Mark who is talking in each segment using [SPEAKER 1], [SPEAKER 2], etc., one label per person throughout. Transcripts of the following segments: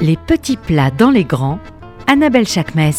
[SPEAKER 1] Les petits plats dans les grands, Annabelle Chakmes.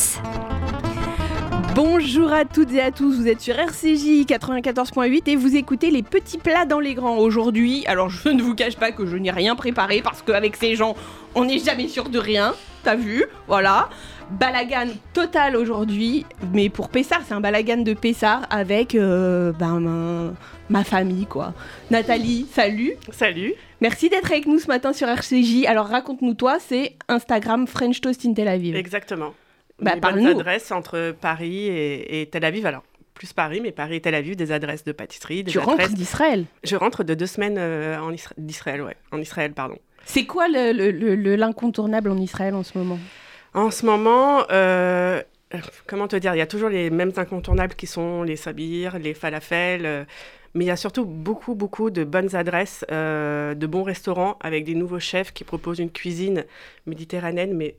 [SPEAKER 2] Bonjour à toutes et à tous, vous êtes sur RCJ 94.8 et vous écoutez les petits plats dans les grands aujourd'hui. Alors je ne vous cache pas que je n'ai rien préparé parce qu'avec ces gens, on n'est jamais sûr de rien, t'as vu, voilà. Balagan total aujourd'hui, mais pour Pessard, c'est un balagan de Pessard avec euh, ben, ma, ma famille quoi. Nathalie, salut
[SPEAKER 3] Salut.
[SPEAKER 2] Merci d'être avec nous ce matin sur RCJ. Alors raconte-nous toi, c'est Instagram French Toast in Tel Aviv.
[SPEAKER 3] Exactement.
[SPEAKER 2] Bah,
[SPEAKER 3] Mes
[SPEAKER 2] parle-nous.
[SPEAKER 3] bonnes adresses entre Paris et, et Tel Aviv. Alors, plus Paris, mais Paris et Tel Aviv, des adresses de pâtisserie. Des
[SPEAKER 2] Tu
[SPEAKER 3] adresses...
[SPEAKER 2] rentres d'Israël.
[SPEAKER 3] Je rentre de deux semaines euh, en Isra- d'Israël, ouais. En Israël, pardon.
[SPEAKER 2] C'est quoi le- le- le- le- l'incontournable en Israël en ce moment
[SPEAKER 3] En ce moment, euh, euh, comment te dire, il y a toujours les mêmes incontournables qui sont les sabirs, les falafels. euh, mais il y a surtout beaucoup, beaucoup de bonnes adresses, euh, de bons restaurants avec des nouveaux chefs qui proposent une cuisine méditerranéenne, mais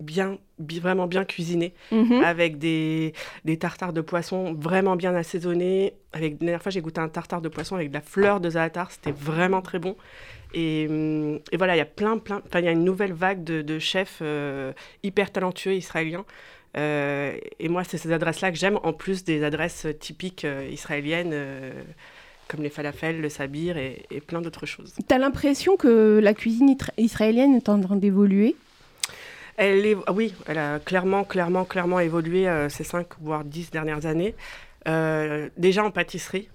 [SPEAKER 3] bien, bi- vraiment bien cuisinée.
[SPEAKER 2] Mmh. Ah.
[SPEAKER 3] avec des, des tartares de poisson vraiment bien assaisonnés. Avec, la dernière fois, j'ai goûté un tartare de poisson avec de la fleur de zaatar, c'était vraiment très bon. Et, hum, et voilà, il y a plein, plein, enfin, il y a une nouvelle vague de, de chefs euh, hyper talentueux israéliens. Euh, et moi, c'est ces adresses-là que j'aime, en plus des adresses typiques euh, israéliennes, euh, comme les falafels, le sabir et, et plein d'autres choses.
[SPEAKER 2] T'as l'impression que la cuisine itra- israélienne est en train d'évoluer
[SPEAKER 3] Elle est, ah oui, elle a clairement, clairement, clairement évolué euh, ces 5 voire 10 dernières années. Euh, déjà en pâtisserie,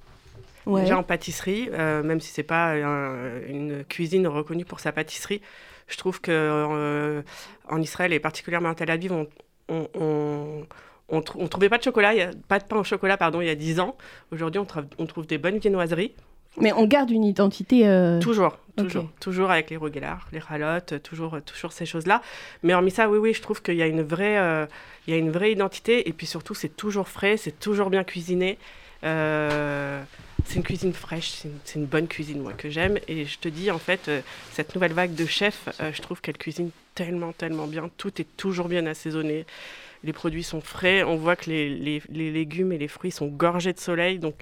[SPEAKER 3] Déjà en pâtisserie, euh, même si c'est pas un- une cuisine reconnue pour sa pâtisserie, je trouve que euh, en Israël et particulièrement à Tel Aviv, on, on, on- on trou- on trouvait pas de chocolat, il y a- pas de pain au chocolat, pardon, il y a 10 ans. Aujourd'hui, on, tra- on trouve des bonnes viennoiseries.
[SPEAKER 2] Mais on garde une identité. euh,
[SPEAKER 3] Toujours,
[SPEAKER 2] Ok.
[SPEAKER 3] toujours, toujours avec les roguelards, les ralottes, euh, toujours, toujours ces choses-là. Mais hormis ça, oui, oui, je trouve qu'il y a une vraie, euh, il y a une vraie identité. Et puis surtout, c'est toujours frais, c'est toujours bien cuisiné. Euh, c'est une cuisine fraîche, c'est une, c'est une bonne cuisine, moi, que j'aime. Et je te dis, en fait, euh, cette nouvelle vague de chefs, euh, je trouve qu'elle cuisine tellement, tellement bien. Tout est toujours bien assaisonné. Les produits sont frais. On voit que les, les- les légumes et les fruits sont gorgés de soleil. Donc,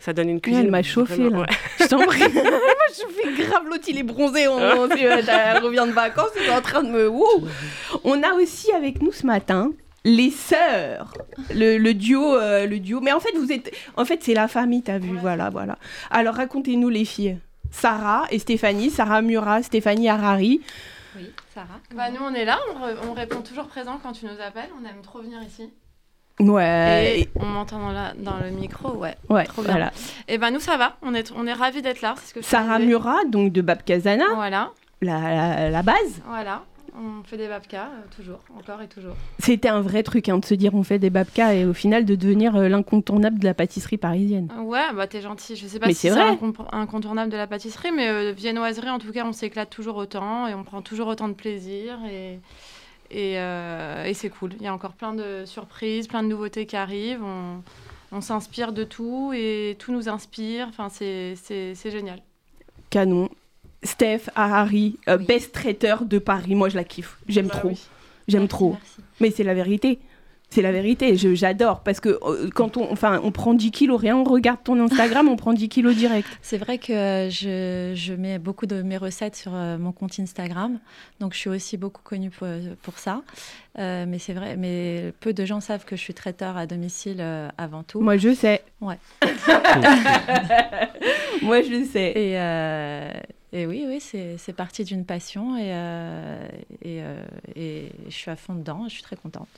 [SPEAKER 3] ça donne une cuisine.
[SPEAKER 2] elle m'a chauffée,
[SPEAKER 3] vraiment-
[SPEAKER 2] là.
[SPEAKER 3] ouais.
[SPEAKER 2] Je t'en prie. Moi, je fais grave l'autre, il est bronzé. On, on- je reviens de vacances, il est en train de me. Wouh On a aussi avec nous ce matin les sœurs, le, le duo, euh, le duo. Mais en fait, vous êtes. En fait, c'est la famille, t'as vu. Voilà, voilà. Alors, racontez-nous les filles. Sarah et Stéphanie, Sarah Murat, Stéphanie Harari.
[SPEAKER 4] Oui, Sarah.
[SPEAKER 5] Bah nous on est là, on, re- on répond toujours présent quand tu nous appelles, on aime trop venir ici.
[SPEAKER 2] Ouais.
[SPEAKER 5] Et on m'entend dans, la- dans le micro, ouais.
[SPEAKER 2] ouais,
[SPEAKER 5] trop bien.
[SPEAKER 2] voilà.
[SPEAKER 5] Et ben nous ça va, on est, on est ravis d'être là, c'est ce que je
[SPEAKER 2] Sarah
[SPEAKER 5] te disais.
[SPEAKER 2] Murat, donc de Bab Kazana,
[SPEAKER 5] Voilà,
[SPEAKER 2] la, la- la base.
[SPEAKER 5] voilà, on fait des babkas, euh, toujours, encore et toujours.
[SPEAKER 2] C'était un vrai truc hein, de se dire on fait des babkas et au final de devenir euh, l'incontournable de la pâtisserie parisienne.
[SPEAKER 5] Ouais, bah t'es gentil, je sais pas
[SPEAKER 2] Mais
[SPEAKER 5] si
[SPEAKER 2] c'est
[SPEAKER 5] c'est
[SPEAKER 2] vrai.
[SPEAKER 5] incom- incontournable de la pâtisserie, mais euh, viennoiserie en tout cas on s'éclate toujours autant et on prend toujours autant de plaisir et... Et, euh, et c'est cool. Il y a encore plein de surprises, plein de nouveautés qui arrivent. On, on s'inspire de tout et tout nous inspire. Enfin, c'est- c'est c'est génial.
[SPEAKER 2] Canon. Steph Harari, euh,
[SPEAKER 4] Oui.
[SPEAKER 2] best traiteur de Paris. Moi, je la kiffe. J'aime
[SPEAKER 5] Bah
[SPEAKER 2] trop.
[SPEAKER 5] oui.
[SPEAKER 2] J'aime
[SPEAKER 4] Merci,
[SPEAKER 2] trop.
[SPEAKER 4] merci.
[SPEAKER 2] Mais c'est la vérité. C'est la vérité. Je- J'adore. Parce que euh, quand on, enfin, on prend 10 kilos, rien, on regarde ton Instagram, on prend 10 kilos direct.
[SPEAKER 4] C'est vrai que euh, je, je mets beaucoup de mes recettes sur euh, mon compte Instagram, donc je suis aussi beaucoup connue pour, pour ça. Euh, mais c'est vrai, mais peu de gens savent que je suis traiteur à domicile euh, avant tout.
[SPEAKER 2] Moi, je sais.
[SPEAKER 4] Ouais.
[SPEAKER 2] Moi, je sais.
[SPEAKER 4] Et, euh, et oui, oui, c'est c'est parti d'une passion et, euh, et, euh, et je suis à fond dedans, je suis très contente.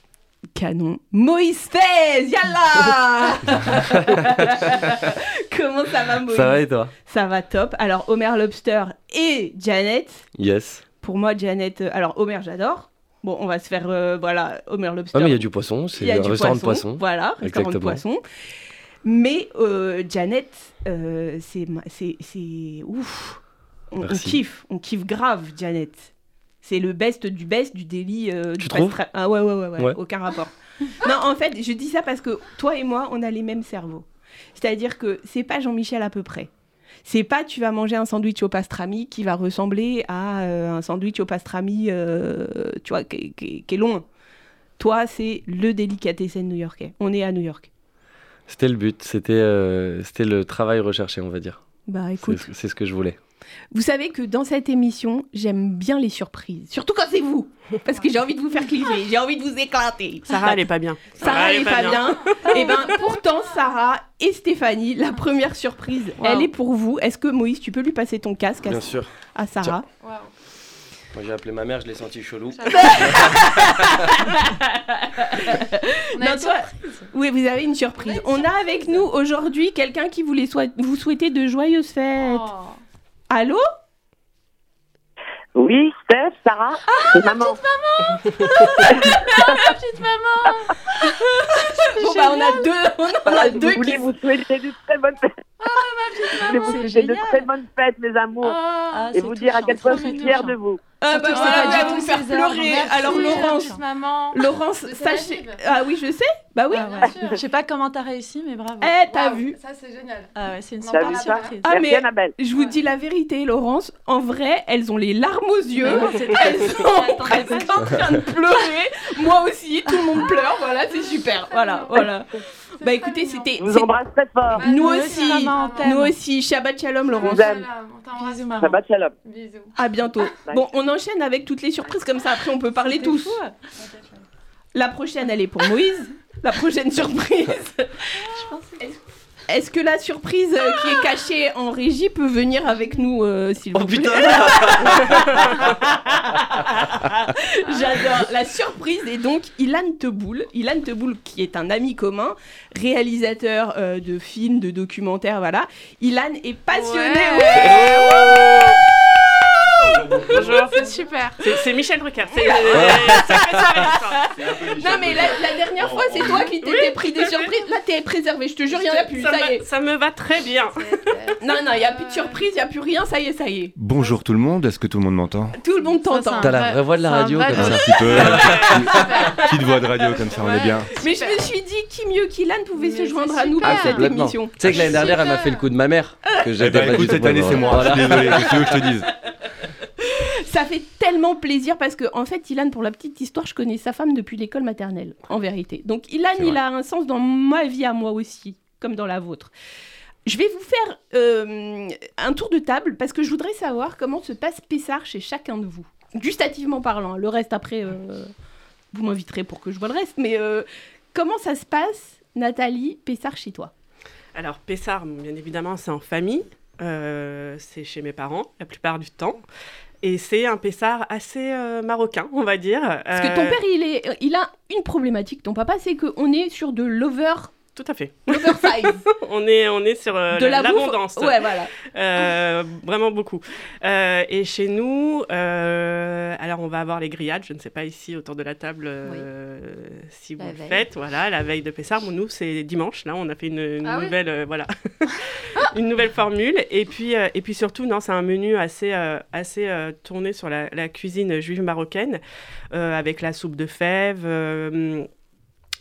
[SPEAKER 2] Canon. Moïse Fez, yalla Comment ça va, Moïse
[SPEAKER 6] Ça va et toi
[SPEAKER 2] Ça va top. Alors, Homer Lobster et Janet.
[SPEAKER 6] Yes.
[SPEAKER 2] Pour moi, Janet. euh, Alors, Homer, j'adore. Bon, on va se faire. euh, voilà, Homer Lobster.
[SPEAKER 6] Ah mais il y a du poisson,
[SPEAKER 2] Il
[SPEAKER 6] c'est
[SPEAKER 2] y a
[SPEAKER 6] un
[SPEAKER 2] du
[SPEAKER 6] restaurant de poisson.
[SPEAKER 2] Voilà, restaurant de
[SPEAKER 6] Exactement.
[SPEAKER 2] poisson. Mais euh, Janet, euh, c'est ma- c'est- c'est ouf. On, on
[SPEAKER 6] Merci.
[SPEAKER 2] kiffe, on kiffe grave, Janet. C'est le best du best du délit euh, du
[SPEAKER 6] Tu trouves
[SPEAKER 2] pastra- Ah ouais ouais, ouais, ouais,
[SPEAKER 6] Ouais.
[SPEAKER 2] aucun rapport. non, en fait, je dis ça parce que toi et moi, on a les mêmes cerveaux. C'est-à-dire que c'est pas Jean-Michel à peu près. C'est pas tu vas manger un sandwich au pastrami qui va ressembler à euh, un sandwich au pastrami, euh, tu vois, qui, qui- qui est loin. Toi, c'est le délicatessen new-yorkais. On est à New York.
[SPEAKER 6] C'était le but, c'était euh, c'était le travail recherché, on va dire.
[SPEAKER 2] Bah
[SPEAKER 6] C'est
[SPEAKER 2] écoute,
[SPEAKER 6] ce- c'est ce que je voulais.
[SPEAKER 2] Vous savez que dans cette émission, j'aime bien les surprises. Surtout quand c'est vous. Parce que j'ai envie de vous faire cliver, j'ai envie de vous éclater.
[SPEAKER 3] Sarah, elle est pas bien.
[SPEAKER 2] Sarah et Fabien. Et ben pourtant, Sarah et Stéphanie, la première surprise,
[SPEAKER 5] Wow.
[SPEAKER 2] elle est pour vous. Est-ce que Moïse, tu peux lui passer ton casque à,
[SPEAKER 6] Bien sûr.
[SPEAKER 2] à Sarah
[SPEAKER 5] Waouh.
[SPEAKER 6] Moi, j'ai appelé ma mère, je l'ai senti chelou.
[SPEAKER 5] J'adore. On a
[SPEAKER 2] Non,
[SPEAKER 5] été-
[SPEAKER 2] toi- Oui, vous avez une surprise.
[SPEAKER 5] On a
[SPEAKER 2] On
[SPEAKER 5] une
[SPEAKER 2] a avec nous aujourd'hui quelqu'un qui voulait soi- vous souhaiter de joyeuses fêtes.
[SPEAKER 5] Oh.
[SPEAKER 2] Allô
[SPEAKER 7] Oui, Steph, Sarah, c'est maman.
[SPEAKER 5] Ah, petite maman
[SPEAKER 2] Bon, bah, on a deux, on en a
[SPEAKER 7] Voilà,
[SPEAKER 2] deux
[SPEAKER 7] je voulais
[SPEAKER 2] qui
[SPEAKER 7] vous souhaiter de très bonnes fêtes. je voulais vous
[SPEAKER 4] c'est
[SPEAKER 7] souhaiter de
[SPEAKER 4] génial.
[SPEAKER 7] très bonnes fêtes, mes
[SPEAKER 2] Oh.
[SPEAKER 7] amours.
[SPEAKER 5] Ah,
[SPEAKER 7] et vous dire à quel point je
[SPEAKER 5] trop
[SPEAKER 7] suis
[SPEAKER 5] mignon.
[SPEAKER 7] fière de vous.
[SPEAKER 2] Ah bah
[SPEAKER 4] Surtout que
[SPEAKER 2] voilà,
[SPEAKER 4] c'est pas
[SPEAKER 2] on va
[SPEAKER 4] du
[SPEAKER 2] vous
[SPEAKER 4] tout
[SPEAKER 2] faire
[SPEAKER 4] César, hein.
[SPEAKER 2] pleurer.
[SPEAKER 4] merci.
[SPEAKER 2] Alors Laurence,
[SPEAKER 5] Petite maman.
[SPEAKER 2] Laurence,
[SPEAKER 5] De Tel
[SPEAKER 2] sachez...
[SPEAKER 5] Aviv.
[SPEAKER 2] Ah oui, je sais, bah oui.
[SPEAKER 4] Ah
[SPEAKER 5] Bien
[SPEAKER 4] ouais.
[SPEAKER 5] sûr.
[SPEAKER 4] Je sais pas comment t'as réussi, mais bravo.
[SPEAKER 2] Eh, t'as
[SPEAKER 5] Waouh,
[SPEAKER 2] vu
[SPEAKER 5] Ça, c'est génial.
[SPEAKER 4] Ah ouais, c'est une
[SPEAKER 5] T'as
[SPEAKER 4] super
[SPEAKER 7] vu ça
[SPEAKER 4] surprise.
[SPEAKER 2] Ah,
[SPEAKER 7] Merci,
[SPEAKER 2] mais-
[SPEAKER 7] Annabelle.
[SPEAKER 2] Je vous
[SPEAKER 5] Ouais.
[SPEAKER 2] dis la vérité, Laurence, en vrai, elles ont les larmes aux yeux.
[SPEAKER 4] Mais non,
[SPEAKER 2] Elles sont
[SPEAKER 4] Attendez,
[SPEAKER 2] presque en train de pleurer. Moi aussi, tout le monde pleure. Voilà, c'est super. Voilà, voilà.
[SPEAKER 5] C'est
[SPEAKER 2] Bah
[SPEAKER 5] très
[SPEAKER 2] écoutez,
[SPEAKER 5] mignon.
[SPEAKER 2] c'était.
[SPEAKER 7] Je vous
[SPEAKER 2] c'est-
[SPEAKER 7] embrasse très fort.
[SPEAKER 5] Bah,
[SPEAKER 2] Nous
[SPEAKER 5] nous
[SPEAKER 2] aussi,
[SPEAKER 5] aussi, maman, on t'aime.
[SPEAKER 2] nous aussi. Shabbat shalom,
[SPEAKER 5] On
[SPEAKER 2] Laurence.
[SPEAKER 7] Vous aime.
[SPEAKER 5] t'embrasse. On t'embrasse.
[SPEAKER 4] Bisous, maman.
[SPEAKER 7] Shabbat shalom.
[SPEAKER 5] Bisous.
[SPEAKER 2] À bientôt. Bon, on enchaîne avec toutes les surprises comme ça. Après, on peut parler
[SPEAKER 4] T'es
[SPEAKER 2] tous.
[SPEAKER 4] fou.
[SPEAKER 2] La prochaine, elle est pour Moïse. La prochaine surprise. Est-ce que la surprise euh, qui est cachée en régie peut venir avec nous, euh, s'il vous
[SPEAKER 6] Oh
[SPEAKER 2] plaît
[SPEAKER 6] putain
[SPEAKER 2] J'adore. La surprise est donc Ilan Teboul. Ilan Teboul, qui est un ami commun, réalisateur euh, de films, de documentaires, voilà. Ilan est passionné.
[SPEAKER 5] Ouais.
[SPEAKER 2] ouais.
[SPEAKER 3] Bonjour.
[SPEAKER 5] C'est super.
[SPEAKER 3] C'est c'est Michel Drucker. C'est
[SPEAKER 2] Non, mais la, la dernière fois, c'est toi qui t'étais pris des surprises. Là, t'es préservé, je te jure, il n'y en a plus. Ça, y
[SPEAKER 3] me-
[SPEAKER 2] est.
[SPEAKER 3] ça me va très bien.
[SPEAKER 2] Non, non, il n'y a plus de surprise, il n'y a plus rien, ça y est, ça y est.
[SPEAKER 8] Bonjour tout le monde, est-ce que tout le monde m'entend
[SPEAKER 2] Tout le monde
[SPEAKER 5] Ça, c'est
[SPEAKER 2] t'entend.
[SPEAKER 5] un
[SPEAKER 8] T'as la
[SPEAKER 5] vrai-
[SPEAKER 8] vraie voix de la
[SPEAKER 5] c'est un
[SPEAKER 8] radio
[SPEAKER 5] vrai
[SPEAKER 8] comme ça,
[SPEAKER 5] truc.
[SPEAKER 8] un petit peu.
[SPEAKER 5] Super.
[SPEAKER 8] Petite voix de radio comme ça, on est bien.
[SPEAKER 2] Mais je me suis dit, qui mieux qu'Ilan pouvait
[SPEAKER 5] Mais
[SPEAKER 2] se
[SPEAKER 5] c'est
[SPEAKER 2] joindre à nous
[SPEAKER 5] super.
[SPEAKER 2] pour
[SPEAKER 5] Ah,
[SPEAKER 2] cette
[SPEAKER 6] complètement.
[SPEAKER 2] émission
[SPEAKER 6] Tu sais que l'année dernière, elle m'a fait le coup de ma mère. Que
[SPEAKER 8] Eh
[SPEAKER 6] j'étais
[SPEAKER 8] ben,
[SPEAKER 6] pas du
[SPEAKER 8] écoute,
[SPEAKER 6] tout
[SPEAKER 8] cette année
[SPEAKER 6] bon.
[SPEAKER 8] c'est moi, je
[SPEAKER 6] Voilà.
[SPEAKER 8] suis désolé, qu'est-ce que tu veux que je te dise
[SPEAKER 2] Ça fait tellement plaisir parce que, en fait, Ilan, pour la petite histoire, je connais sa femme depuis l'école maternelle, en vérité. Donc, Ilan,
[SPEAKER 8] C'est
[SPEAKER 2] il
[SPEAKER 8] vrai.
[SPEAKER 2] a un sens dans ma vie à moi aussi, comme dans la vôtre. Je vais vous faire euh, un tour de table parce que je voudrais savoir comment se passe Pessard chez chacun de vous, gustativement parlant. hein, Le reste, après, euh, vous m'inviterez pour que je vois le reste. Mais euh, comment ça se passe, Nathalie, Pessard chez toi
[SPEAKER 3] Alors, Pessard, bien évidemment, c'est en famille. Euh, c'est chez mes parents la plupart du temps. Et c'est un Pessard assez euh, marocain, on va dire. Euh,
[SPEAKER 2] Parce que ton père, il, est, il a une problématique, ton papa, c'est qu'on est sur de l'over,
[SPEAKER 3] Tout à fait.
[SPEAKER 2] l'oversize.
[SPEAKER 3] On est, on est sur euh,
[SPEAKER 2] de la bouffe-
[SPEAKER 3] l'abondance.
[SPEAKER 2] Ouais, voilà.
[SPEAKER 3] Euh, vraiment beaucoup. Euh, et chez nous, euh, alors on va avoir les grillades. Je ne sais pas ici autour de la table euh, si vous
[SPEAKER 4] La
[SPEAKER 3] le
[SPEAKER 4] veille.
[SPEAKER 3] faites. Voilà, la veille de Pessard. Bon, nous, c'est dimanche. Là, on a fait une, une
[SPEAKER 5] Ah oui
[SPEAKER 3] nouvelle, euh, voilà, une nouvelle formule. Et puis, euh, et puis surtout, non, c'est un menu assez, euh, assez euh, tourné sur la, la cuisine juive marocaine, euh, avec la soupe de fèves. euh,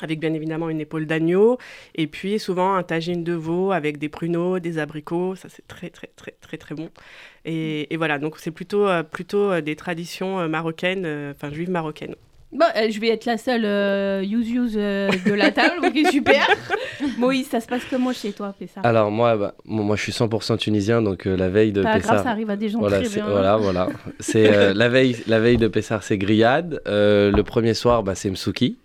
[SPEAKER 3] avec bien évidemment une épaule d'agneau, et puis souvent un tagine de veau avec des pruneaux, des abricots, ça c'est très très très très très bon. Et, et voilà, donc c'est plutôt, euh, plutôt euh, des traditions euh, marocaines, euh, enfin juives marocaines.
[SPEAKER 2] Bon, euh, je vais être la seule euh, use use euh, de la table, ok, super. Moïse, ça se passe comment chez toi, Pessah
[SPEAKER 6] Alors, moi, bah, bon, moi, je suis 100% tunisien, donc euh, la veille de
[SPEAKER 2] Pas grave,
[SPEAKER 6] Pessah.
[SPEAKER 2] ça arrive à des gens
[SPEAKER 6] Voilà,
[SPEAKER 2] très
[SPEAKER 6] c'est-
[SPEAKER 2] bien.
[SPEAKER 6] voilà, voilà. C'est euh, la veille, la veille de Pessar, c'est grillade. Euh, le premier soir, bah, c'est Msuki.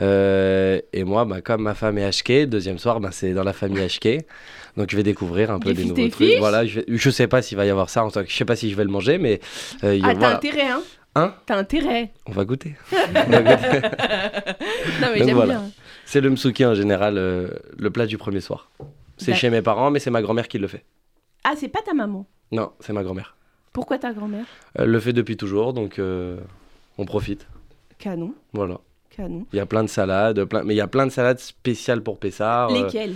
[SPEAKER 6] Euh, et moi, bah, comme ma femme est HK, deuxième soir, bah, c'est dans la famille HK. Donc je vais découvrir un peu
[SPEAKER 2] Des
[SPEAKER 6] des,
[SPEAKER 2] fiches,
[SPEAKER 6] nouveaux
[SPEAKER 2] des
[SPEAKER 6] trucs.
[SPEAKER 2] fiches.
[SPEAKER 6] Voilà, je, vais- je sais pas s'il va y avoir ça. En tant que, je sais pas si je vais le manger, mais euh, il y a-
[SPEAKER 2] Ah, t'as
[SPEAKER 6] voilà.
[SPEAKER 2] intérêt, hein
[SPEAKER 6] Hein
[SPEAKER 2] T'as intérêt.
[SPEAKER 6] on va goûter. On va goûter.
[SPEAKER 2] Non, mais
[SPEAKER 6] Donc
[SPEAKER 2] j'aime
[SPEAKER 6] voilà.
[SPEAKER 2] bien.
[SPEAKER 6] c'est le Msuki en général, euh, le plat du premier soir. C'est
[SPEAKER 2] D'ac-
[SPEAKER 6] chez mes parents, mais c'est ma grand-mère qui le fait.
[SPEAKER 2] Ah, c'est pas ta maman.
[SPEAKER 6] Non, c'est ma grand-mère.
[SPEAKER 2] Pourquoi ta grand-mère
[SPEAKER 6] Elle le fait depuis toujours, donc euh, on profite.
[SPEAKER 2] Canon,
[SPEAKER 6] Voilà.
[SPEAKER 2] canon.
[SPEAKER 6] Il y a plein de salades, plein... mais il y a plein de salades spéciales pour Pessard. Euh,
[SPEAKER 2] Lesquelles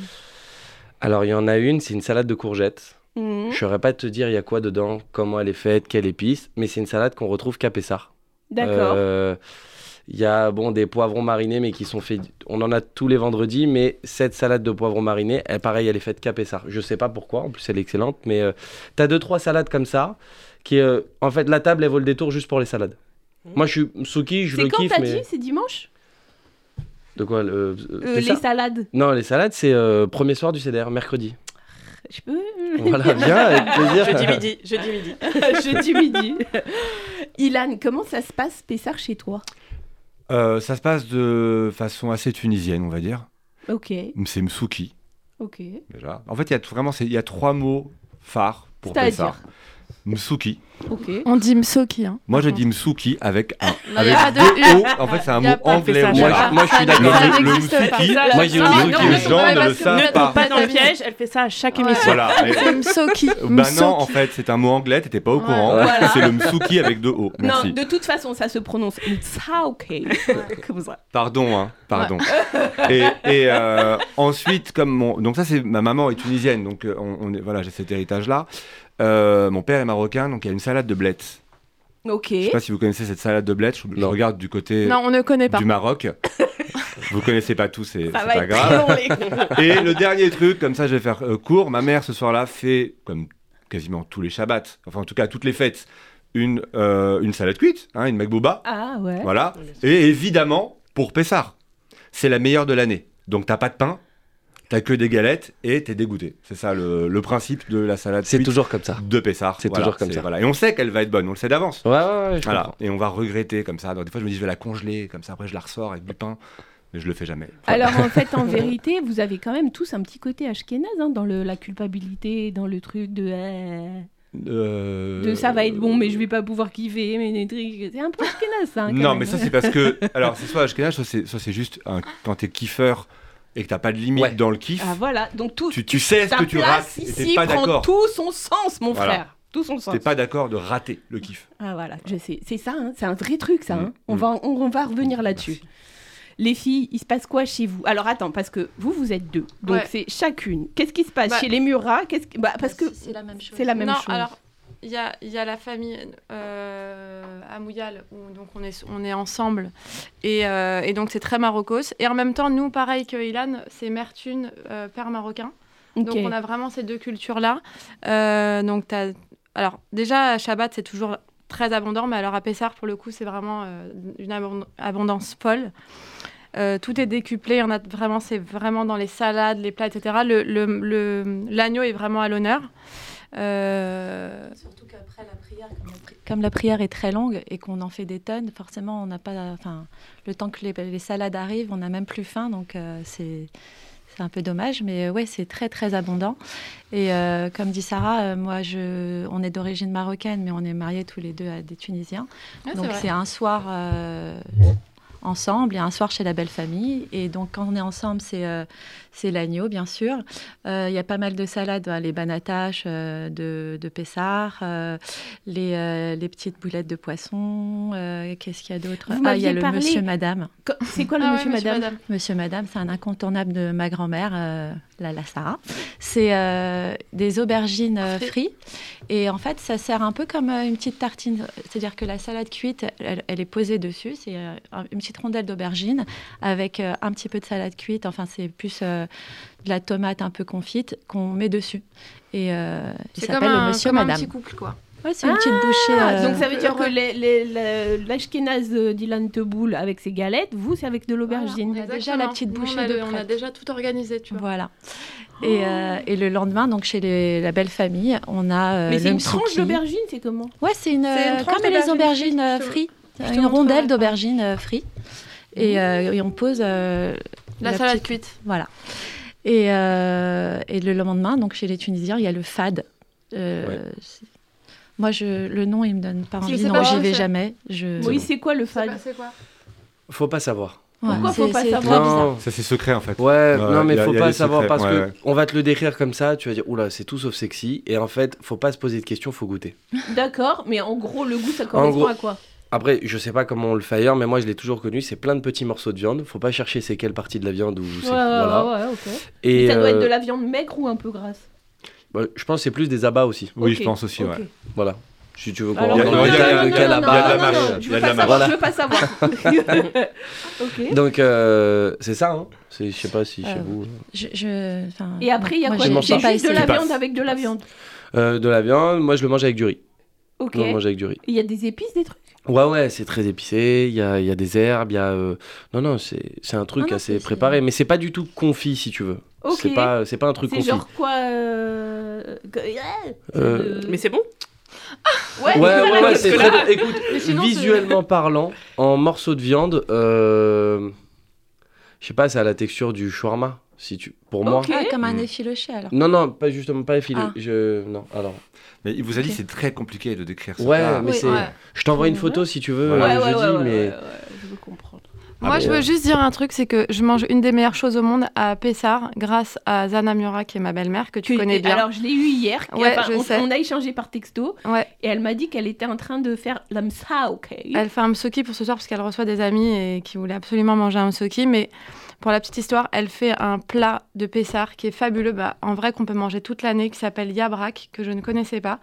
[SPEAKER 6] Alors, il y en a une, c'est une salade de courgettes.
[SPEAKER 2] Mhm.
[SPEAKER 6] Je saurais pas te dire il y a quoi dedans, comment elle est faite, quelle épice, mais c'est une salade qu'on retrouve qu'à Pessard.
[SPEAKER 2] D'accord.
[SPEAKER 6] Euh, Il y a bon, des poivrons marinés, mais qui sont faits. On en a tous les vendredis, mais cette salade de poivrons marinés, elle, pareil, elle est faite qu'à Pessard. Je sais pas pourquoi, en plus, elle est excellente, mais euh, t'as deux, trois salades comme ça, qui euh, en fait, la table, elle vaut le détour juste pour les salades.
[SPEAKER 3] Mhm.
[SPEAKER 6] Moi, je suis Suki, je
[SPEAKER 2] Mmh. C'est
[SPEAKER 6] le
[SPEAKER 2] quand
[SPEAKER 6] kiffe,
[SPEAKER 2] t'as
[SPEAKER 6] mais.
[SPEAKER 2] dit C'est dimanche
[SPEAKER 6] De quoi le- euh,
[SPEAKER 2] Euh,
[SPEAKER 6] Pessard
[SPEAKER 2] Les salades.
[SPEAKER 6] euh, Non, les salades, c'est euh, premier soir du CDR, mercredi.
[SPEAKER 2] titre. Je peux
[SPEAKER 6] Voilà, viens avec plaisir.
[SPEAKER 9] Jeudi midi, jeudi midi.
[SPEAKER 2] Jeudi midi. Ilan, comment ça se passe, Pessard, chez toi
[SPEAKER 8] Euh, ça se passe de façon assez tunisienne, on va dire.
[SPEAKER 2] Ok,
[SPEAKER 8] C'est Msouki,
[SPEAKER 2] ok.
[SPEAKER 8] déjà. En fait, il y a t- vraiment c'est- il y a trois mots phares pour
[SPEAKER 2] C'est-à-dire
[SPEAKER 8] Pessar. Msouki.
[SPEAKER 2] Ok.
[SPEAKER 5] On dit Msoki. Hein.
[SPEAKER 8] Moi, je dis Msouki avec un.
[SPEAKER 5] Non, Ah, y a
[SPEAKER 8] avec
[SPEAKER 2] Ah,
[SPEAKER 5] pas de
[SPEAKER 8] deux
[SPEAKER 5] U.
[SPEAKER 8] O. En fait, c'est un
[SPEAKER 5] Y a
[SPEAKER 8] mot
[SPEAKER 5] pas-
[SPEAKER 8] anglais.
[SPEAKER 3] Pessar,
[SPEAKER 8] ou
[SPEAKER 3] je
[SPEAKER 8] arabe.
[SPEAKER 6] Moi, je- moi, je suis
[SPEAKER 5] Ça
[SPEAKER 6] d'accord.
[SPEAKER 5] n'existe
[SPEAKER 8] Le
[SPEAKER 5] pas.
[SPEAKER 8] Msouki,
[SPEAKER 4] Ah,
[SPEAKER 5] Ça-
[SPEAKER 6] moi, j'ai
[SPEAKER 5] ça-
[SPEAKER 6] oublié
[SPEAKER 5] non,
[SPEAKER 6] que
[SPEAKER 5] mais
[SPEAKER 6] les
[SPEAKER 5] c'est
[SPEAKER 6] gens
[SPEAKER 5] vrai,
[SPEAKER 6] ne
[SPEAKER 5] parce
[SPEAKER 6] le
[SPEAKER 5] que
[SPEAKER 6] savent
[SPEAKER 5] vous êtes
[SPEAKER 6] pas.
[SPEAKER 5] complètement
[SPEAKER 9] Pas dans le
[SPEAKER 5] amusés.
[SPEAKER 9] piège, elle fait ça à chaque
[SPEAKER 5] Ouais.
[SPEAKER 9] émission.
[SPEAKER 8] Voilà. mais-
[SPEAKER 5] C'est Msoki.
[SPEAKER 8] Bah
[SPEAKER 5] Msoki.
[SPEAKER 8] non, en fait, c'est un mot anglais, t'étais pas au
[SPEAKER 5] Ouais.
[SPEAKER 8] courant.
[SPEAKER 2] Voilà.
[SPEAKER 8] C'est le Msouki avec deux O.
[SPEAKER 2] Non,
[SPEAKER 8] Merci.
[SPEAKER 2] de toute façon, ça se prononce Mtsauke. Comme ça.
[SPEAKER 8] Pardon, hein, pardon. Et, et, euh, ensuite, comme mon... Donc ça, c'est ma maman est tunisienne, donc euh, on, on est... voilà, j'ai cet héritage-là. Euh, mon père est marocain, donc il y a une salade de blettes.
[SPEAKER 2] Ok.
[SPEAKER 8] Je sais pas si vous connaissez cette salade de blettes, je, je
[SPEAKER 6] Non.
[SPEAKER 8] regarde du côté
[SPEAKER 5] Non, on ne connaît pas.
[SPEAKER 8] du Maroc. vous connaissez pas tous, c'est c'est
[SPEAKER 2] Ça va
[SPEAKER 8] pas
[SPEAKER 2] être
[SPEAKER 8] grave.
[SPEAKER 2] très long, les gars.
[SPEAKER 8] Et le dernier truc, comme ça je vais faire euh, court, ma mère ce soir-là fait, comme quasiment tous les Shabbats, enfin en tout cas toutes les fêtes, une, euh, une salade cuite, hein, une makbouba,
[SPEAKER 2] Ah ouais.
[SPEAKER 8] voilà. Et évidemment, pour Pessar, c'est la meilleure de l'année. Donc t'as pas de pain, t'as que des galettes et t'es dégoûté. C'est ça le, le principe de la salade
[SPEAKER 6] C'est
[SPEAKER 8] cuite
[SPEAKER 6] toujours comme ça.
[SPEAKER 8] de Pessar.
[SPEAKER 6] c'est
[SPEAKER 8] Voilà,
[SPEAKER 6] toujours comme
[SPEAKER 8] c'est-
[SPEAKER 6] ça.
[SPEAKER 8] voilà. Et on sait qu'elle va être bonne, on le sait d'avance.
[SPEAKER 6] Ouais, ouais, ouais, je
[SPEAKER 8] Voilà.
[SPEAKER 6] comprends.
[SPEAKER 8] Et on va regretter comme ça. Donc des fois je me dis je vais la congeler, comme ça après je la ressors avec du pain, mais je le fais jamais.
[SPEAKER 2] Alors en fait, en vérité, vous avez quand même tous un petit côté ashkénaze hein, dans le, la culpabilité, dans le truc de, euh,
[SPEAKER 8] Euh,
[SPEAKER 2] de ça va être bon, mais je vais pas pouvoir kiffer. Mais des trucs- c'est un peu ashkénaze ça. hein, quand
[SPEAKER 8] Non,
[SPEAKER 2] même,
[SPEAKER 8] mais ça,
[SPEAKER 2] hein.
[SPEAKER 8] c'est parce que. Alors, c'est soit Ashkenaz, soit c'est, soit c'est juste un- quand t'es kiffeur et que t'as pas de limite
[SPEAKER 6] Ouais.
[SPEAKER 8] dans le kiff,
[SPEAKER 2] Ah voilà, donc tout.
[SPEAKER 8] tu, tu sais ce
[SPEAKER 2] ta
[SPEAKER 8] que tu rates
[SPEAKER 2] place
[SPEAKER 8] et
[SPEAKER 2] ici
[SPEAKER 8] t'es pas
[SPEAKER 2] prend
[SPEAKER 8] d'accord.
[SPEAKER 2] tout son sens, mon
[SPEAKER 8] Voilà.
[SPEAKER 2] frère. Tout son sens.
[SPEAKER 8] T'es pas d'accord de rater le kiff.
[SPEAKER 2] Ah voilà, je sais. C'est ça, hein, c'est un vrai truc ça. hein.
[SPEAKER 8] Mm,
[SPEAKER 2] On,
[SPEAKER 8] mm.
[SPEAKER 2] va, on, on va revenir là-dessus. Les filles, il se passe quoi chez vous Alors attends, parce que vous, vous êtes deux. Donc
[SPEAKER 5] Ouais.
[SPEAKER 2] c'est chacune. Qu'est-ce qui se passe
[SPEAKER 5] Bah-
[SPEAKER 2] chez les Murat Qu'est-ce que- bah, Parce que
[SPEAKER 4] Si, c'est la même chose.
[SPEAKER 2] c'est la même
[SPEAKER 5] non,
[SPEAKER 2] chose.
[SPEAKER 5] alors il y a, il y a la famille euh, à Mouyal où donc on est on est ensemble et, euh, et donc c'est très marocos et en même temps nous pareil que Ilan c'est mère thune, euh, père marocain
[SPEAKER 2] Ok.
[SPEAKER 5] donc on a vraiment ces deux cultures là donc t'as- alors déjà à Shabbat c'est toujours très abondant mais alors à Pessar pour le coup c'est vraiment euh, une abond- abondance folle Euh, tout est décuplé, on a vraiment, c'est vraiment dans les salades, les plats, etc. Le- le- le- L'agneau est vraiment à l'honneur. Euh,
[SPEAKER 4] Surtout qu'après la prière, comme la, pri- comme la prière est très longue et qu'on en fait des tonnes, forcément, on n'a pas. Enfin, le temps que les, les salades arrivent, on n'a même plus faim, donc euh, c'est. C'est un peu dommage, mais euh, ouais, c'est très très abondant. Et euh, comme dit Sarah, euh, moi, je, on est d'origine marocaine, mais on est mariés tous les deux à des Tunisiens.
[SPEAKER 5] ouais,
[SPEAKER 4] donc
[SPEAKER 5] c'est vrai.
[SPEAKER 4] c'est un soir euh, ensemble et un soir chez la belle famille. Et donc quand on est ensemble, c'est euh, c'est l'agneau, bien sûr. Euh, Il y a pas mal de salades, hein, les banataches euh, de, de Pessard, euh, les, euh, les petites boulettes de poisson. euh, Qu'est-ce qu'il y a d'autre
[SPEAKER 2] Vous
[SPEAKER 4] Ah, il y a
[SPEAKER 2] m'aviez
[SPEAKER 4] le
[SPEAKER 2] parlé.
[SPEAKER 4] monsieur madame.
[SPEAKER 2] Co- C'est quoi le
[SPEAKER 5] Ah ouais,
[SPEAKER 2] monsieur, madame,
[SPEAKER 4] Monsieur madame, c'est un incontournable de ma grand-mère, euh, la, la Sarah. C'est euh, des aubergines euh,
[SPEAKER 5] Frites.
[SPEAKER 4] frites. Et en fait, ça sert un peu comme euh, une petite tartine. C'est-à-dire que la salade cuite, elle, elle est posée dessus. C'est euh, un- une petite rondelle d'aubergine avec euh, un petit peu de salade cuite. Enfin, c'est plus euh, de la tomate un peu confite qu'on met dessus. Et euh, il
[SPEAKER 5] C'est comme
[SPEAKER 4] s'appelle le
[SPEAKER 5] un,
[SPEAKER 4] monsieur
[SPEAKER 5] comme un
[SPEAKER 4] madame.
[SPEAKER 5] petit couple, quoi.
[SPEAKER 4] Ouais, c'est une petite bouchée.
[SPEAKER 2] Ah,
[SPEAKER 4] euh,
[SPEAKER 2] Donc ça veut dire que
[SPEAKER 5] heureux.
[SPEAKER 2] les- les- la- l'ashkénaze euh, d'Ilan Teboul avec ses galettes, vous, c'est avec de l'aubergine.
[SPEAKER 5] Voilà,
[SPEAKER 4] On a déjà
[SPEAKER 5] exactement.
[SPEAKER 4] la petite
[SPEAKER 5] Nous,
[SPEAKER 4] bouchée
[SPEAKER 5] on a
[SPEAKER 4] de
[SPEAKER 5] le- On a
[SPEAKER 4] prête.
[SPEAKER 5] déjà tout organisé, tu vois.
[SPEAKER 4] Voilà. Et, euh, et le lendemain, donc chez les- la belle famille, on a euh,
[SPEAKER 2] Mais
[SPEAKER 4] le
[SPEAKER 2] c'est une tranche
[SPEAKER 4] msouki.
[SPEAKER 2] d'aubergine, c'est comment
[SPEAKER 4] Ouais, c'est une,
[SPEAKER 9] C'est une
[SPEAKER 4] euh,
[SPEAKER 9] tranche
[SPEAKER 4] comme les
[SPEAKER 5] d'aubergine
[SPEAKER 4] aubergines euh,
[SPEAKER 5] frite,
[SPEAKER 4] frites,
[SPEAKER 5] je te
[SPEAKER 4] une
[SPEAKER 5] montrerai
[SPEAKER 4] rondelle
[SPEAKER 5] pas.
[SPEAKER 4] d'aubergine euh, frites.
[SPEAKER 2] Mhm.
[SPEAKER 4] Et, euh, et on pose euh,
[SPEAKER 5] La,
[SPEAKER 4] la
[SPEAKER 5] salade
[SPEAKER 4] petite-
[SPEAKER 5] cuite.
[SPEAKER 4] voilà. Et, euh, et le lendemain, donc chez les Tunisiens, il y a le fad. Euh, c'est- Moi, je, le nom, il me donne pas
[SPEAKER 5] Je
[SPEAKER 4] envie.
[SPEAKER 5] sais
[SPEAKER 4] Non,
[SPEAKER 5] pas
[SPEAKER 4] j'y
[SPEAKER 5] ce que
[SPEAKER 4] vais
[SPEAKER 5] c'est.
[SPEAKER 4] jamais. Je...
[SPEAKER 2] Oui,
[SPEAKER 8] bon.
[SPEAKER 2] c'est quoi le fad
[SPEAKER 5] C'est quoi
[SPEAKER 6] Faut pas savoir.
[SPEAKER 4] Ouais,
[SPEAKER 2] Pourquoi
[SPEAKER 4] c'est-
[SPEAKER 2] faut pas
[SPEAKER 4] c'est
[SPEAKER 2] savoir
[SPEAKER 4] très bizarre.
[SPEAKER 6] Non.
[SPEAKER 8] Ça, c'est secret en fait.
[SPEAKER 6] Ouais,
[SPEAKER 8] Ouais,
[SPEAKER 6] non mais
[SPEAKER 8] y a-
[SPEAKER 6] faut
[SPEAKER 8] y a
[SPEAKER 6] pas
[SPEAKER 8] des
[SPEAKER 6] savoir
[SPEAKER 8] secrets,
[SPEAKER 6] parce que
[SPEAKER 8] ouais, ouais.
[SPEAKER 6] on va te le décrire comme ça, tu vas dire oula, c'est tout sauf sexy et en fait, faut pas se poser de questions, faut goûter.
[SPEAKER 2] D'accord, mais en gros, le goût, ça correspond
[SPEAKER 6] gros-
[SPEAKER 2] à quoi
[SPEAKER 6] Après, je sais pas comment on le fait ailleurs, mais moi je l'ai toujours connu, c'est plein de petits morceaux de viande, faut pas chercher c'est quelle partie de la viande ou c'est
[SPEAKER 2] Ouais, ouais,
[SPEAKER 6] voilà.
[SPEAKER 2] ouais, ouais, ok.
[SPEAKER 6] Et
[SPEAKER 2] ça doit être de
[SPEAKER 6] euh,
[SPEAKER 2] la viande maigre ou un peu grasse
[SPEAKER 6] bah, je pense que c'est plus des abats aussi.
[SPEAKER 8] Oui,
[SPEAKER 2] Ok,
[SPEAKER 8] je pense aussi,
[SPEAKER 2] ok.
[SPEAKER 8] ouais.
[SPEAKER 6] Voilà. Si tu veux qu'on
[SPEAKER 2] Alors,
[SPEAKER 6] rentre
[SPEAKER 8] non,
[SPEAKER 6] dans le
[SPEAKER 8] non,
[SPEAKER 6] détail
[SPEAKER 8] non,
[SPEAKER 6] de
[SPEAKER 8] non,
[SPEAKER 6] quel
[SPEAKER 8] non,
[SPEAKER 6] abat,
[SPEAKER 8] non, non,
[SPEAKER 6] machin.
[SPEAKER 8] non,
[SPEAKER 2] je
[SPEAKER 8] Il y
[SPEAKER 2] veux
[SPEAKER 8] a de
[SPEAKER 2] pas
[SPEAKER 8] la
[SPEAKER 2] savoir,
[SPEAKER 6] marge.
[SPEAKER 2] je veux pas savoir. ok.
[SPEAKER 6] Donc euh, c'est ça hein. C'est je sais pas si chez
[SPEAKER 4] Euh,
[SPEAKER 6] vous
[SPEAKER 4] Je- je- enfin,
[SPEAKER 2] Et après, il y a
[SPEAKER 4] moi,
[SPEAKER 2] quoi
[SPEAKER 4] j'ai-
[SPEAKER 6] je m'en
[SPEAKER 2] C'est
[SPEAKER 4] j'ai
[SPEAKER 6] sors.
[SPEAKER 4] pas
[SPEAKER 2] juste de
[SPEAKER 4] essayé.
[SPEAKER 2] la
[SPEAKER 8] passe.
[SPEAKER 2] viande avec de la viande.
[SPEAKER 6] Euh, de la viande, moi je le mange avec du riz.
[SPEAKER 2] Ok.
[SPEAKER 6] Moi, je le mange avec du riz.
[SPEAKER 2] Il y a des épices, des trucs
[SPEAKER 6] Ouais, ouais, c'est très épicé, il y a, il y a des herbes, il y a... euh, Non, non, c'est c'est un truc
[SPEAKER 4] Ah non,
[SPEAKER 6] assez
[SPEAKER 4] c'est- c'est-
[SPEAKER 6] préparé, mais c'est pas du tout confit, si tu veux.
[SPEAKER 2] Ok.
[SPEAKER 6] C'est pas, c'est pas un truc
[SPEAKER 10] C'est
[SPEAKER 6] confit.
[SPEAKER 10] genre quoi euh, que- ouais, euh,
[SPEAKER 6] Euh,
[SPEAKER 3] Mais c'est bon
[SPEAKER 6] Ouais, ouais, ouais,
[SPEAKER 10] parce
[SPEAKER 6] c'est
[SPEAKER 10] que
[SPEAKER 6] très
[SPEAKER 10] là-
[SPEAKER 6] bon. Écoute,
[SPEAKER 5] Mais sinon, c'est-
[SPEAKER 6] visuellement parlant, en morceaux de viande, euh, je sais pas, ça a la texture du shawarma, si tu, pour moi.
[SPEAKER 4] Ok. Ah, comme un
[SPEAKER 8] Mm.
[SPEAKER 4] effiloché alors.
[SPEAKER 6] Non, non, pas justement, pas effilé.
[SPEAKER 4] Ah.
[SPEAKER 6] Je, non, alors.
[SPEAKER 8] Mais il vous a dit
[SPEAKER 4] Ok.
[SPEAKER 8] c'est très compliqué de décrire ça. Ah,
[SPEAKER 6] Ouais, mais c'est-
[SPEAKER 5] ouais.
[SPEAKER 6] Je t'envoie une
[SPEAKER 4] Ouais.
[SPEAKER 6] photo si tu veux
[SPEAKER 8] Ouais,
[SPEAKER 6] euh, jeudi,
[SPEAKER 10] ouais,
[SPEAKER 6] mais
[SPEAKER 10] ouais, ouais, je veux comprendre.
[SPEAKER 8] Ah bah
[SPEAKER 5] Moi, je veux juste dire un truc, c'est que je mange une des meilleures choses au monde à Pessar grâce à Zana Mura, qui est ma belle-mère, que tu
[SPEAKER 2] Que-
[SPEAKER 5] connais bien.
[SPEAKER 2] Alors, je l'ai eu hier. qui-
[SPEAKER 5] Ouais,
[SPEAKER 2] enfin,
[SPEAKER 5] je
[SPEAKER 2] on,
[SPEAKER 5] sais.
[SPEAKER 2] on a échangé par texto.
[SPEAKER 5] Ouais.
[SPEAKER 2] Et elle m'a dit qu'elle était en train de faire l'amsa, ok.
[SPEAKER 5] Elle fait un msoki pour ce soir parce qu'elle reçoit des amis et qui voulaient absolument manger un msoki. Mais pour la petite histoire, elle fait un plat de Pessar qui est fabuleux. Bah, en vrai, qu'on peut manger toute l'année, qui s'appelle Yabrak, que je ne connaissais pas.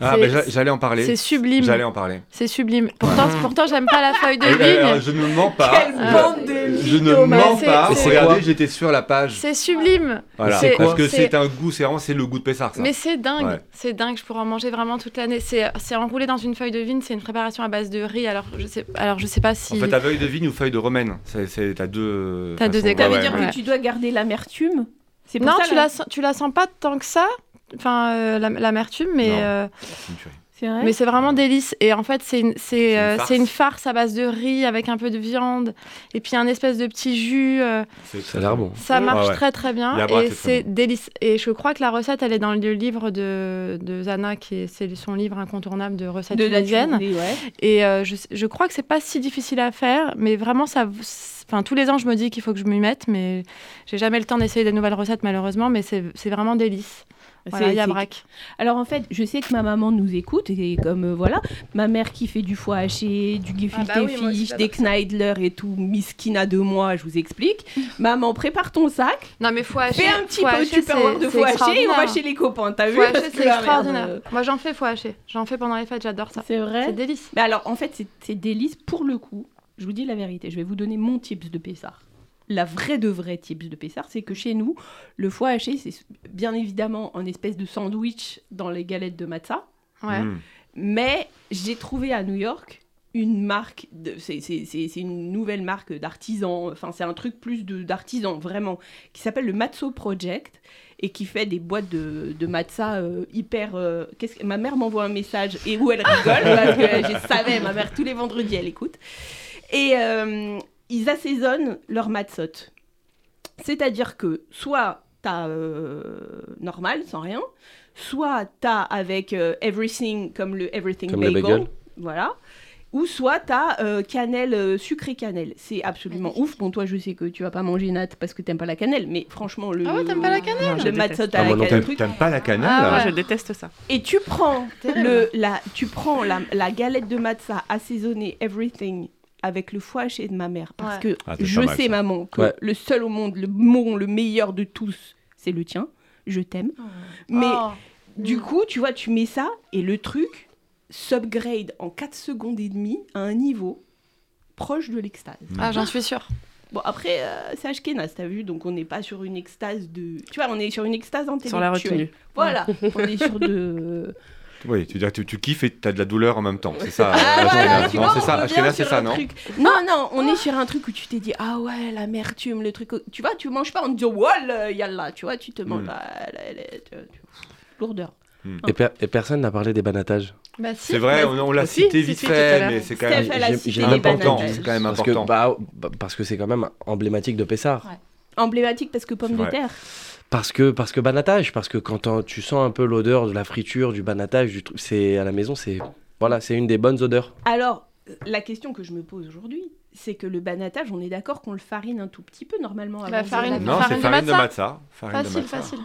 [SPEAKER 8] Ah,
[SPEAKER 5] C'est-
[SPEAKER 8] mais j'a- j'allais en parler.
[SPEAKER 5] C'est sublime. Ah,
[SPEAKER 8] J'allais en parler.
[SPEAKER 5] C'est sublime. Pourtant, pourtant j'aime pas la feuille de
[SPEAKER 8] Euh, euh,
[SPEAKER 5] vigne.
[SPEAKER 8] je ne mens pas.
[SPEAKER 5] bande de
[SPEAKER 8] je ne
[SPEAKER 5] vidéomanes.
[SPEAKER 8] mens
[SPEAKER 5] C'est-
[SPEAKER 8] pas.
[SPEAKER 5] c'est-
[SPEAKER 8] Regardez, j'étais sur la page.
[SPEAKER 5] C'est sublime.
[SPEAKER 8] Voilà.
[SPEAKER 5] c'est
[SPEAKER 8] Parce
[SPEAKER 5] quoi
[SPEAKER 8] que c'est
[SPEAKER 5] C'est-
[SPEAKER 8] un goût, c'est vraiment c'est le goût de Pessard. Ça.
[SPEAKER 5] Mais c'est dingue,
[SPEAKER 8] Ouais.
[SPEAKER 5] c'est dingue, je pourrais en manger vraiment toute l'année. C'est c'est enroulé dans une feuille de vigne, c'est une préparation à base de riz, alors je sais, alors je sais pas si...
[SPEAKER 8] En fait, t'as feuille de vigne ou feuille de romaine. C'est- c'est- T'as deux.
[SPEAKER 5] T'as deux
[SPEAKER 8] façons.
[SPEAKER 5] écoles.
[SPEAKER 2] Ça veut
[SPEAKER 8] Ouais,
[SPEAKER 2] dire
[SPEAKER 8] ouais.
[SPEAKER 2] que tu dois garder l'amertume. C'est pour
[SPEAKER 5] non,
[SPEAKER 2] ça,
[SPEAKER 5] tu
[SPEAKER 2] là.
[SPEAKER 5] la, sens- tu la sens pas tant que ça, enfin euh, la- l'amertume,
[SPEAKER 8] Non.
[SPEAKER 5] mais, euh,
[SPEAKER 8] C'est une tuerie.
[SPEAKER 2] C'est vrai.
[SPEAKER 5] mais c'est vraiment délice. Et en fait, c'est une, c'est, euh,
[SPEAKER 8] farce.
[SPEAKER 5] c'est une farce à base de riz avec un peu de viande, et puis un espèce de petit jus. euh,
[SPEAKER 8] C'est-
[SPEAKER 6] ça a l'air bon.
[SPEAKER 5] Ça
[SPEAKER 8] Ouais, Ah
[SPEAKER 5] marche
[SPEAKER 8] ouais.
[SPEAKER 5] très très bien
[SPEAKER 8] La bras,
[SPEAKER 5] et
[SPEAKER 8] c'est très
[SPEAKER 5] c'est délice. Et je crois que la recette, elle est dans le livre de, de Zana, qui est c'est son livre incontournable de recettes
[SPEAKER 2] de la
[SPEAKER 5] tunisiennes.
[SPEAKER 2] Tunisie, ouais.
[SPEAKER 5] Et euh, je, je crois que c'est pas si difficile à faire, mais vraiment ça. Enfin, tous les ans, je me dis qu'il faut que je m'y mette, mais j'ai jamais le temps d'essayer des nouvelles recettes malheureusement. Mais c'est c'est vraiment délice. Voilà,
[SPEAKER 2] C'est-
[SPEAKER 5] il y a
[SPEAKER 2] c'est-
[SPEAKER 5] braque.
[SPEAKER 2] Alors en fait, je sais que ma maman nous écoute et comme euh, voilà, ma mère qui fait du foie haché, du
[SPEAKER 5] Ah
[SPEAKER 2] gefilte
[SPEAKER 5] bah oui, moi aussi,
[SPEAKER 2] fish, des
[SPEAKER 5] j'adore ça.
[SPEAKER 2] kneidler et tout, miskina de moi, je vous explique. maman, prépare ton sac,
[SPEAKER 5] Non, mais faut acheter.
[SPEAKER 2] fais un petit peu tu peux avoir de foie haché et on va chez les copains, t'as vu
[SPEAKER 5] Faut
[SPEAKER 2] Parce
[SPEAKER 5] hacher,
[SPEAKER 2] que
[SPEAKER 5] c'est
[SPEAKER 2] la merde,
[SPEAKER 5] extraordinaire.
[SPEAKER 2] euh, Ah
[SPEAKER 5] Moi, j'en fais faut hacher. J'en fais pendant les fêtes, j'adore ça.
[SPEAKER 2] C'est vrai.
[SPEAKER 5] C'est délice.
[SPEAKER 2] Mais alors en fait, c'est- c'est délice pour le coup. Je vous dis la vérité, je vais vous donner mon tips de Pessard. La vraie de vraie tips de Pessard, c'est que chez nous, le foie haché, c'est bien évidemment en espèce de sandwich dans les galettes de matzah.
[SPEAKER 5] Ouais. Ah,
[SPEAKER 8] Mm.
[SPEAKER 2] Mais j'ai trouvé à New York une marque, de- c'est c'est- c'est- c'est une nouvelle marque d'artisans, enfin c'est un truc plus de- d'artisans vraiment, qui s'appelle le Matzo Project et qui fait des boîtes de, de matza euh, hyper... euh, qu'est-ce que- ma mère m'envoie un message et où elle rigole, parce que je savais, ma mère tous les vendredis elle écoute. Et euh, ils assaisonnent leur matzot. C'est-à-dire que soit t'as euh, normal, sans rien, soit t'as avec euh, everything comme le everything
[SPEAKER 6] Comme le
[SPEAKER 2] bagel,
[SPEAKER 6] bagel.
[SPEAKER 2] voilà, ou soit t'as euh, cannelle euh, sucré cannelle. C'est absolument ouf. Bon toi je sais que tu vas pas manger Nat parce que t'aimes pas la cannelle, mais franchement le
[SPEAKER 5] Ah ouais, t'aimes pas la cannelle
[SPEAKER 3] Non, je
[SPEAKER 2] le
[SPEAKER 3] déteste.
[SPEAKER 2] matzot
[SPEAKER 6] Ah,
[SPEAKER 2] à
[SPEAKER 6] moi
[SPEAKER 2] la
[SPEAKER 6] non
[SPEAKER 2] cannelle
[SPEAKER 8] T'aimes
[SPEAKER 2] truc.
[SPEAKER 8] t'aimes pas la cannelle
[SPEAKER 5] Ah
[SPEAKER 8] là
[SPEAKER 3] Je déteste ça.
[SPEAKER 2] Et tu prends le la tu prends la, la galette de matza assaisonnée everything avec le foie haché de ma mère parce que
[SPEAKER 8] Ah, c'est
[SPEAKER 2] je
[SPEAKER 8] pas mal,
[SPEAKER 2] sais
[SPEAKER 8] ça.
[SPEAKER 2] maman que
[SPEAKER 6] Ouais.
[SPEAKER 2] le seul au monde le mon le meilleur de tous c'est le tien. Je t'aime. Mais
[SPEAKER 5] Oh.
[SPEAKER 2] du coup, tu vois, tu mets ça et le truc subgrade en 4 secondes et demie à un niveau proche de l'extase.
[SPEAKER 5] Ah, j'en suis sûre.
[SPEAKER 2] Bon, après, euh, c'est Ashkenaz, t'as vu, donc on n'est pas sur une extase de. Tu vois, on est sur une extase intellectuelle.
[SPEAKER 3] Sur la retenue.
[SPEAKER 2] Voilà, on est sur de.
[SPEAKER 8] Oui, tu, veux dire que tu, tu kiffes et t'as de la douleur en même temps. C'est ça.
[SPEAKER 2] Ah,
[SPEAKER 8] euh,
[SPEAKER 2] voilà,
[SPEAKER 8] Ashkenaz.
[SPEAKER 2] tu
[SPEAKER 8] non,
[SPEAKER 2] vois,
[SPEAKER 8] c'est
[SPEAKER 2] on
[SPEAKER 8] ça.
[SPEAKER 2] revient
[SPEAKER 8] Ashkenaz,
[SPEAKER 2] sur
[SPEAKER 8] c'est ça,
[SPEAKER 2] un
[SPEAKER 8] non
[SPEAKER 2] truc. Non, non, on est sur un truc où tu t'es dit, ah ouais, l'amertume, le truc. Tu vois, tu manges pas en te disant, wall, yallah, tu vois, tu te manges
[SPEAKER 8] Mm.
[SPEAKER 2] la- la- la- tu vois, tu- Lourdeur.
[SPEAKER 6] Et, per- et personne n'a parlé des banatages.
[SPEAKER 5] Bah, si.
[SPEAKER 8] C'est vrai, on, on l'a
[SPEAKER 3] Si,
[SPEAKER 8] cité
[SPEAKER 3] si,
[SPEAKER 8] vite
[SPEAKER 3] si, tout à
[SPEAKER 8] fait,
[SPEAKER 3] l'heure.
[SPEAKER 8] mais c'est quand
[SPEAKER 2] Steph,
[SPEAKER 8] même.
[SPEAKER 2] elle a
[SPEAKER 6] j'ai-
[SPEAKER 2] cité
[SPEAKER 6] j'ai
[SPEAKER 2] les
[SPEAKER 6] un important,
[SPEAKER 8] important,
[SPEAKER 2] bananes.
[SPEAKER 8] c'est quand même
[SPEAKER 6] Parce que
[SPEAKER 8] important.
[SPEAKER 6] bah, bah, parce que c'est quand même emblématique de Pessard.
[SPEAKER 2] Emblématique parce que pomme
[SPEAKER 8] C'est
[SPEAKER 2] de
[SPEAKER 8] vrai.
[SPEAKER 2] terre.
[SPEAKER 6] Parce que parce que banatage, parce que quand t'en- tu sens un peu l'odeur de la friture, du banatage, du truc, c'est à la maison, c'est voilà, c'est une des bonnes odeurs.
[SPEAKER 2] Alors, la question que je me pose aujourd'hui, c'est que le banatage, on est d'accord qu'on le farine un tout petit peu normalement avant.
[SPEAKER 5] La
[SPEAKER 2] de-
[SPEAKER 5] farine.
[SPEAKER 8] Non, c'est
[SPEAKER 5] de
[SPEAKER 8] farine de
[SPEAKER 5] matza.
[SPEAKER 8] matza. Farine de
[SPEAKER 5] Facile,
[SPEAKER 8] matza.
[SPEAKER 5] facile.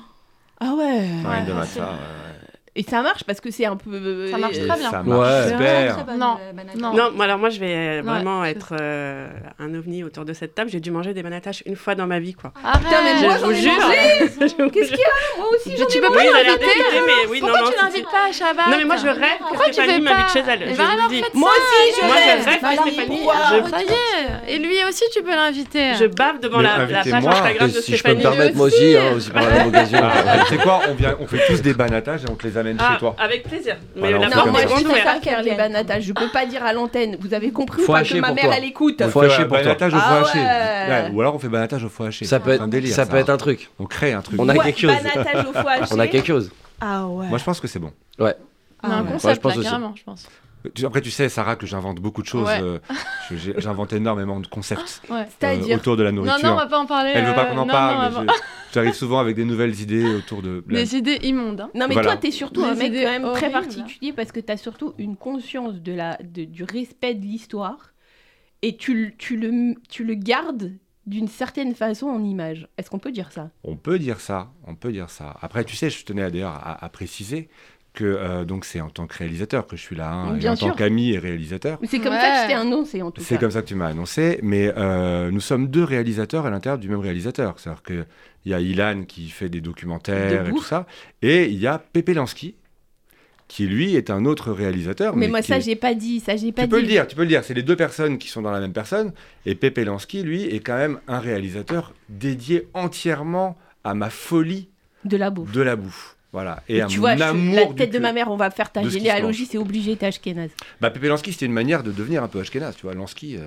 [SPEAKER 2] Ah ouais.
[SPEAKER 8] Farine de
[SPEAKER 5] Ouais,
[SPEAKER 8] matza.
[SPEAKER 5] facile.
[SPEAKER 8] ouais, ouais.
[SPEAKER 2] Et ça marche parce que c'est un peu.
[SPEAKER 5] Ça marche
[SPEAKER 2] euh,
[SPEAKER 5] très bien.
[SPEAKER 8] Ça
[SPEAKER 6] Ouais.
[SPEAKER 8] marche
[SPEAKER 4] Très
[SPEAKER 8] super.
[SPEAKER 4] bonne,
[SPEAKER 5] Non.
[SPEAKER 4] euh, banane.
[SPEAKER 5] Non.
[SPEAKER 3] Non, moi, alors moi je vais vraiment
[SPEAKER 5] je-
[SPEAKER 3] être euh, un ovni autour de cette table. J'ai dû manger des manataches une fois dans ma vie, quoi.
[SPEAKER 5] Arrête.
[SPEAKER 2] Putain, mais moi,
[SPEAKER 3] je
[SPEAKER 2] j'en
[SPEAKER 3] vous
[SPEAKER 2] ai
[SPEAKER 3] jure.
[SPEAKER 2] Qu'est-ce qu'il y a Moi aussi, j'en
[SPEAKER 5] tu
[SPEAKER 2] ai
[SPEAKER 5] peux
[SPEAKER 2] mangé.
[SPEAKER 5] pas
[SPEAKER 3] Oui, j'allais
[SPEAKER 5] l'inviter
[SPEAKER 3] inviter, mais oui,
[SPEAKER 5] euh, Pourquoi
[SPEAKER 3] non, non,
[SPEAKER 5] tu
[SPEAKER 3] c'est-
[SPEAKER 5] l'invites pas à Shabbat
[SPEAKER 3] Non, mais moi je rêve que
[SPEAKER 5] Pourquoi tu
[SPEAKER 3] Stéphanie
[SPEAKER 5] fais
[SPEAKER 3] m'invite
[SPEAKER 5] pas
[SPEAKER 3] chez elle.
[SPEAKER 5] Eh
[SPEAKER 3] je
[SPEAKER 5] ben
[SPEAKER 3] vous
[SPEAKER 5] alors,
[SPEAKER 3] le dis.
[SPEAKER 5] faites
[SPEAKER 2] Moi
[SPEAKER 5] ça.
[SPEAKER 2] aussi, je
[SPEAKER 3] Moi,
[SPEAKER 2] rêve.
[SPEAKER 3] je rêve que
[SPEAKER 2] Bah,
[SPEAKER 3] Stéphanie-
[SPEAKER 2] pourquoi
[SPEAKER 3] je-
[SPEAKER 5] Ça y est Et lui aussi, tu peux l'inviter.
[SPEAKER 3] Je bave devant
[SPEAKER 8] Mais
[SPEAKER 3] la, la page
[SPEAKER 8] invitez-moi,
[SPEAKER 3] Instagram de
[SPEAKER 6] si je peux
[SPEAKER 3] Stéphanie.
[SPEAKER 5] Ah,
[SPEAKER 6] me permettre, moi aussi, hein, aussi par la même occasion.
[SPEAKER 8] Ah, tu sais quoi, on, vient, on fait tous des banatages et on te les amène l'amène
[SPEAKER 2] Ah,
[SPEAKER 8] chez toi.
[SPEAKER 2] avec plaisir.
[SPEAKER 8] Voilà, on fait
[SPEAKER 2] non,
[SPEAKER 8] comme
[SPEAKER 2] moi
[SPEAKER 8] ça.
[SPEAKER 2] je sais pas faire les banatages, je peux pas dire à l'antenne. Vous avez compris ou
[SPEAKER 8] Faut
[SPEAKER 2] pas
[SPEAKER 8] hacher
[SPEAKER 2] que ma
[SPEAKER 8] pour
[SPEAKER 2] mère
[SPEAKER 8] toi.
[SPEAKER 2] elle écoute
[SPEAKER 8] On fait un banatage au
[SPEAKER 2] Ah
[SPEAKER 8] foie haché.
[SPEAKER 2] ouais.
[SPEAKER 8] Ouais, Ou alors on fait banatage au foie haché.
[SPEAKER 6] Ça peut
[SPEAKER 8] C'est
[SPEAKER 6] être-
[SPEAKER 8] un délire,
[SPEAKER 6] ça peut être un truc.
[SPEAKER 8] On crée un truc.
[SPEAKER 6] On a Ouais, quelque chose. banatage au foie On a haché. quelque chose.
[SPEAKER 2] Ah ouais.
[SPEAKER 8] Moi je pense que c'est bon.
[SPEAKER 6] Ouais.
[SPEAKER 5] On a un
[SPEAKER 8] Ouais,
[SPEAKER 5] concept
[SPEAKER 8] je pense
[SPEAKER 5] là,
[SPEAKER 8] aussi.
[SPEAKER 5] carrément, je pense.
[SPEAKER 8] Tu- Après, tu sais, Sarah, que j'invente beaucoup de choses.
[SPEAKER 5] Ouais.
[SPEAKER 8] euh, je- j'ai- J'invente énormément de concepts
[SPEAKER 5] Ouais.
[SPEAKER 8] euh,
[SPEAKER 5] C'est-à-dire
[SPEAKER 8] autour de la
[SPEAKER 5] Non,
[SPEAKER 8] nourriture.
[SPEAKER 5] non, on va pas en parler,
[SPEAKER 8] Elle veut pas
[SPEAKER 5] euh,
[SPEAKER 8] qu'on en
[SPEAKER 5] non,
[SPEAKER 8] parle.
[SPEAKER 5] non,
[SPEAKER 8] mais
[SPEAKER 5] avant.
[SPEAKER 8] je- J'arrive souvent avec des nouvelles idées autour de. la-
[SPEAKER 5] Des idées immondes. hein.
[SPEAKER 2] Non mais
[SPEAKER 8] Voilà.
[SPEAKER 2] toi t'es surtout un
[SPEAKER 5] Des
[SPEAKER 2] mec
[SPEAKER 5] idées
[SPEAKER 2] quand même très
[SPEAKER 5] horribles.
[SPEAKER 2] particulier parce que t'as surtout une conscience de la, de- du respect de l'histoire et tu, le- tu, le, tu le gardes d'une certaine façon en image. Est-ce qu'on peut dire ça
[SPEAKER 8] On peut dire ça, on peut dire ça. Après, tu sais, je tenais à- d'ailleurs à, à préciser que euh, donc c'est en tant que réalisateur que je suis là, hein, et
[SPEAKER 2] Bien
[SPEAKER 8] en tant
[SPEAKER 2] sûr.
[SPEAKER 8] qu'ami et réalisateur.
[SPEAKER 2] Mais c'est comme ça que je
[SPEAKER 5] Ouais.
[SPEAKER 2] t'ai annoncé en tout cas.
[SPEAKER 8] C'est comme ça que tu m'as annoncé, mais euh, nous sommes deux réalisateurs à l'intérieur du même réalisateur. C'est-à-dire qu'il y a Ilan qui fait des documentaires
[SPEAKER 2] De
[SPEAKER 8] et tout
[SPEAKER 2] bouffe.
[SPEAKER 8] ça, et il y a Pépé Lansky, qui lui est un autre réalisateur.
[SPEAKER 2] Mais moi
[SPEAKER 8] qui
[SPEAKER 2] ça
[SPEAKER 8] est-
[SPEAKER 2] j'ai pas dit, ça j'ai pas
[SPEAKER 8] Tu
[SPEAKER 2] dit.
[SPEAKER 8] peux le dire, tu peux le dire. C'est les deux personnes qui sont dans la même personne, et Pépé Lansky, lui, est quand même un réalisateur dédié entièrement à ma folie
[SPEAKER 2] De la bouffe.
[SPEAKER 8] de la bouffe. Voilà. Et,
[SPEAKER 2] Et
[SPEAKER 8] à
[SPEAKER 2] tu
[SPEAKER 8] mon
[SPEAKER 2] vois, je-
[SPEAKER 8] amour
[SPEAKER 2] la
[SPEAKER 8] du
[SPEAKER 2] tête de
[SPEAKER 8] cul.
[SPEAKER 2] ma mère, on va faire ta
[SPEAKER 8] de ce qui se
[SPEAKER 2] généalogie, c'est obligé, t'es ashkénaze.
[SPEAKER 8] Bah, Pépé Lansky, c'était une manière de devenir un peu ashkénaze, tu vois. Lansky, euh,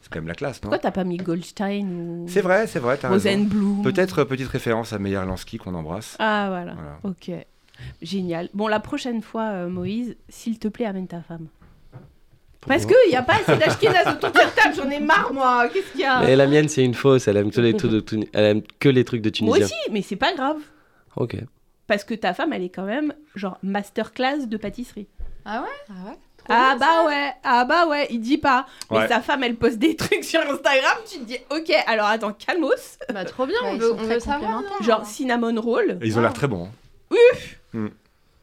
[SPEAKER 8] c'est quand même la classe, non
[SPEAKER 2] Pourquoi t'as pas mis Goldstein ou...
[SPEAKER 8] C'est vrai, c'est vrai, t'as raison.
[SPEAKER 2] Rosenblum.
[SPEAKER 8] Peut-être euh, petite référence à Meyer Lansky qu'on embrasse.
[SPEAKER 2] Ah voilà.
[SPEAKER 8] Voilà.
[SPEAKER 2] ok. Génial. Bon, la prochaine fois, euh, Moïse, s'il te plaît, amène ta femme. Parce qu'il n'y a pas assez d'ashkénazes autour de cette table, j'en ai marre moi, qu'est-ce qu'il y a
[SPEAKER 6] Mais la mienne, c'est une fausse. Elle aime que les, trucs de Tuni- elle aime que les trucs de
[SPEAKER 2] Moi
[SPEAKER 6] Tunisiens.
[SPEAKER 2] aussi, mais c'est pas grave.
[SPEAKER 6] Ok.
[SPEAKER 2] Parce que ta femme, elle est quand même genre masterclass de pâtisserie.
[SPEAKER 5] Ah ouais Ah ouais
[SPEAKER 2] Ah bah ouais, ah bah ouais, il dit pas. Mais
[SPEAKER 5] Ouais.
[SPEAKER 2] sa femme, elle poste des trucs sur Instagram, tu te dis, ok, alors attends, calmos.
[SPEAKER 5] Bah trop bien, on veut, on veut savoir. hein. non
[SPEAKER 2] Genre cinnamon roll.
[SPEAKER 8] Et ils ont l'air très bons. hein.
[SPEAKER 2] Uff
[SPEAKER 8] Hmm.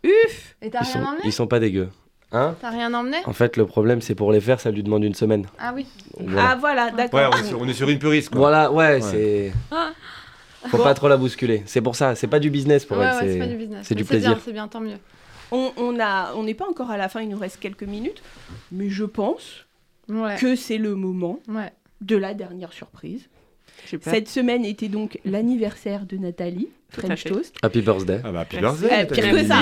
[SPEAKER 2] Uff
[SPEAKER 5] Et t'as
[SPEAKER 6] Ils sont,
[SPEAKER 5] rien emmené
[SPEAKER 6] ils sont pas dégueux. Hein
[SPEAKER 5] T'as rien emmené
[SPEAKER 6] En fait, le problème, c'est pour les faire, ça lui demande une semaine.
[SPEAKER 5] Ah oui.
[SPEAKER 6] Voilà.
[SPEAKER 2] Ah voilà,
[SPEAKER 8] Ouais,
[SPEAKER 2] d'accord.
[SPEAKER 8] on est sur, on est sur une puriste. Quoi.
[SPEAKER 6] Voilà, ouais,
[SPEAKER 8] Ouais.
[SPEAKER 6] c'est.
[SPEAKER 5] Ah.
[SPEAKER 6] Faut pas trop la bousculer. C'est pour ça, c'est pas du business pour
[SPEAKER 5] Ouais,
[SPEAKER 6] elle.
[SPEAKER 5] ouais, c'est pas du business.
[SPEAKER 6] C'est du
[SPEAKER 5] Mais c'est bien,
[SPEAKER 6] plaisir.
[SPEAKER 5] c'est bien, tant mieux.
[SPEAKER 2] On on a, on n'est pas encore à la fin, il nous reste quelques minutes, mais je pense
[SPEAKER 5] Ouais.
[SPEAKER 2] que c'est le moment
[SPEAKER 5] Ouais.
[SPEAKER 2] de la dernière surprise.
[SPEAKER 5] Super.
[SPEAKER 3] Hein
[SPEAKER 2] Cette semaine était donc l'anniversaire de Nathalie French Toast.
[SPEAKER 6] Happy birthday.
[SPEAKER 8] Ah bah, happy
[SPEAKER 2] Merci. birthday, Eh, pire que ça.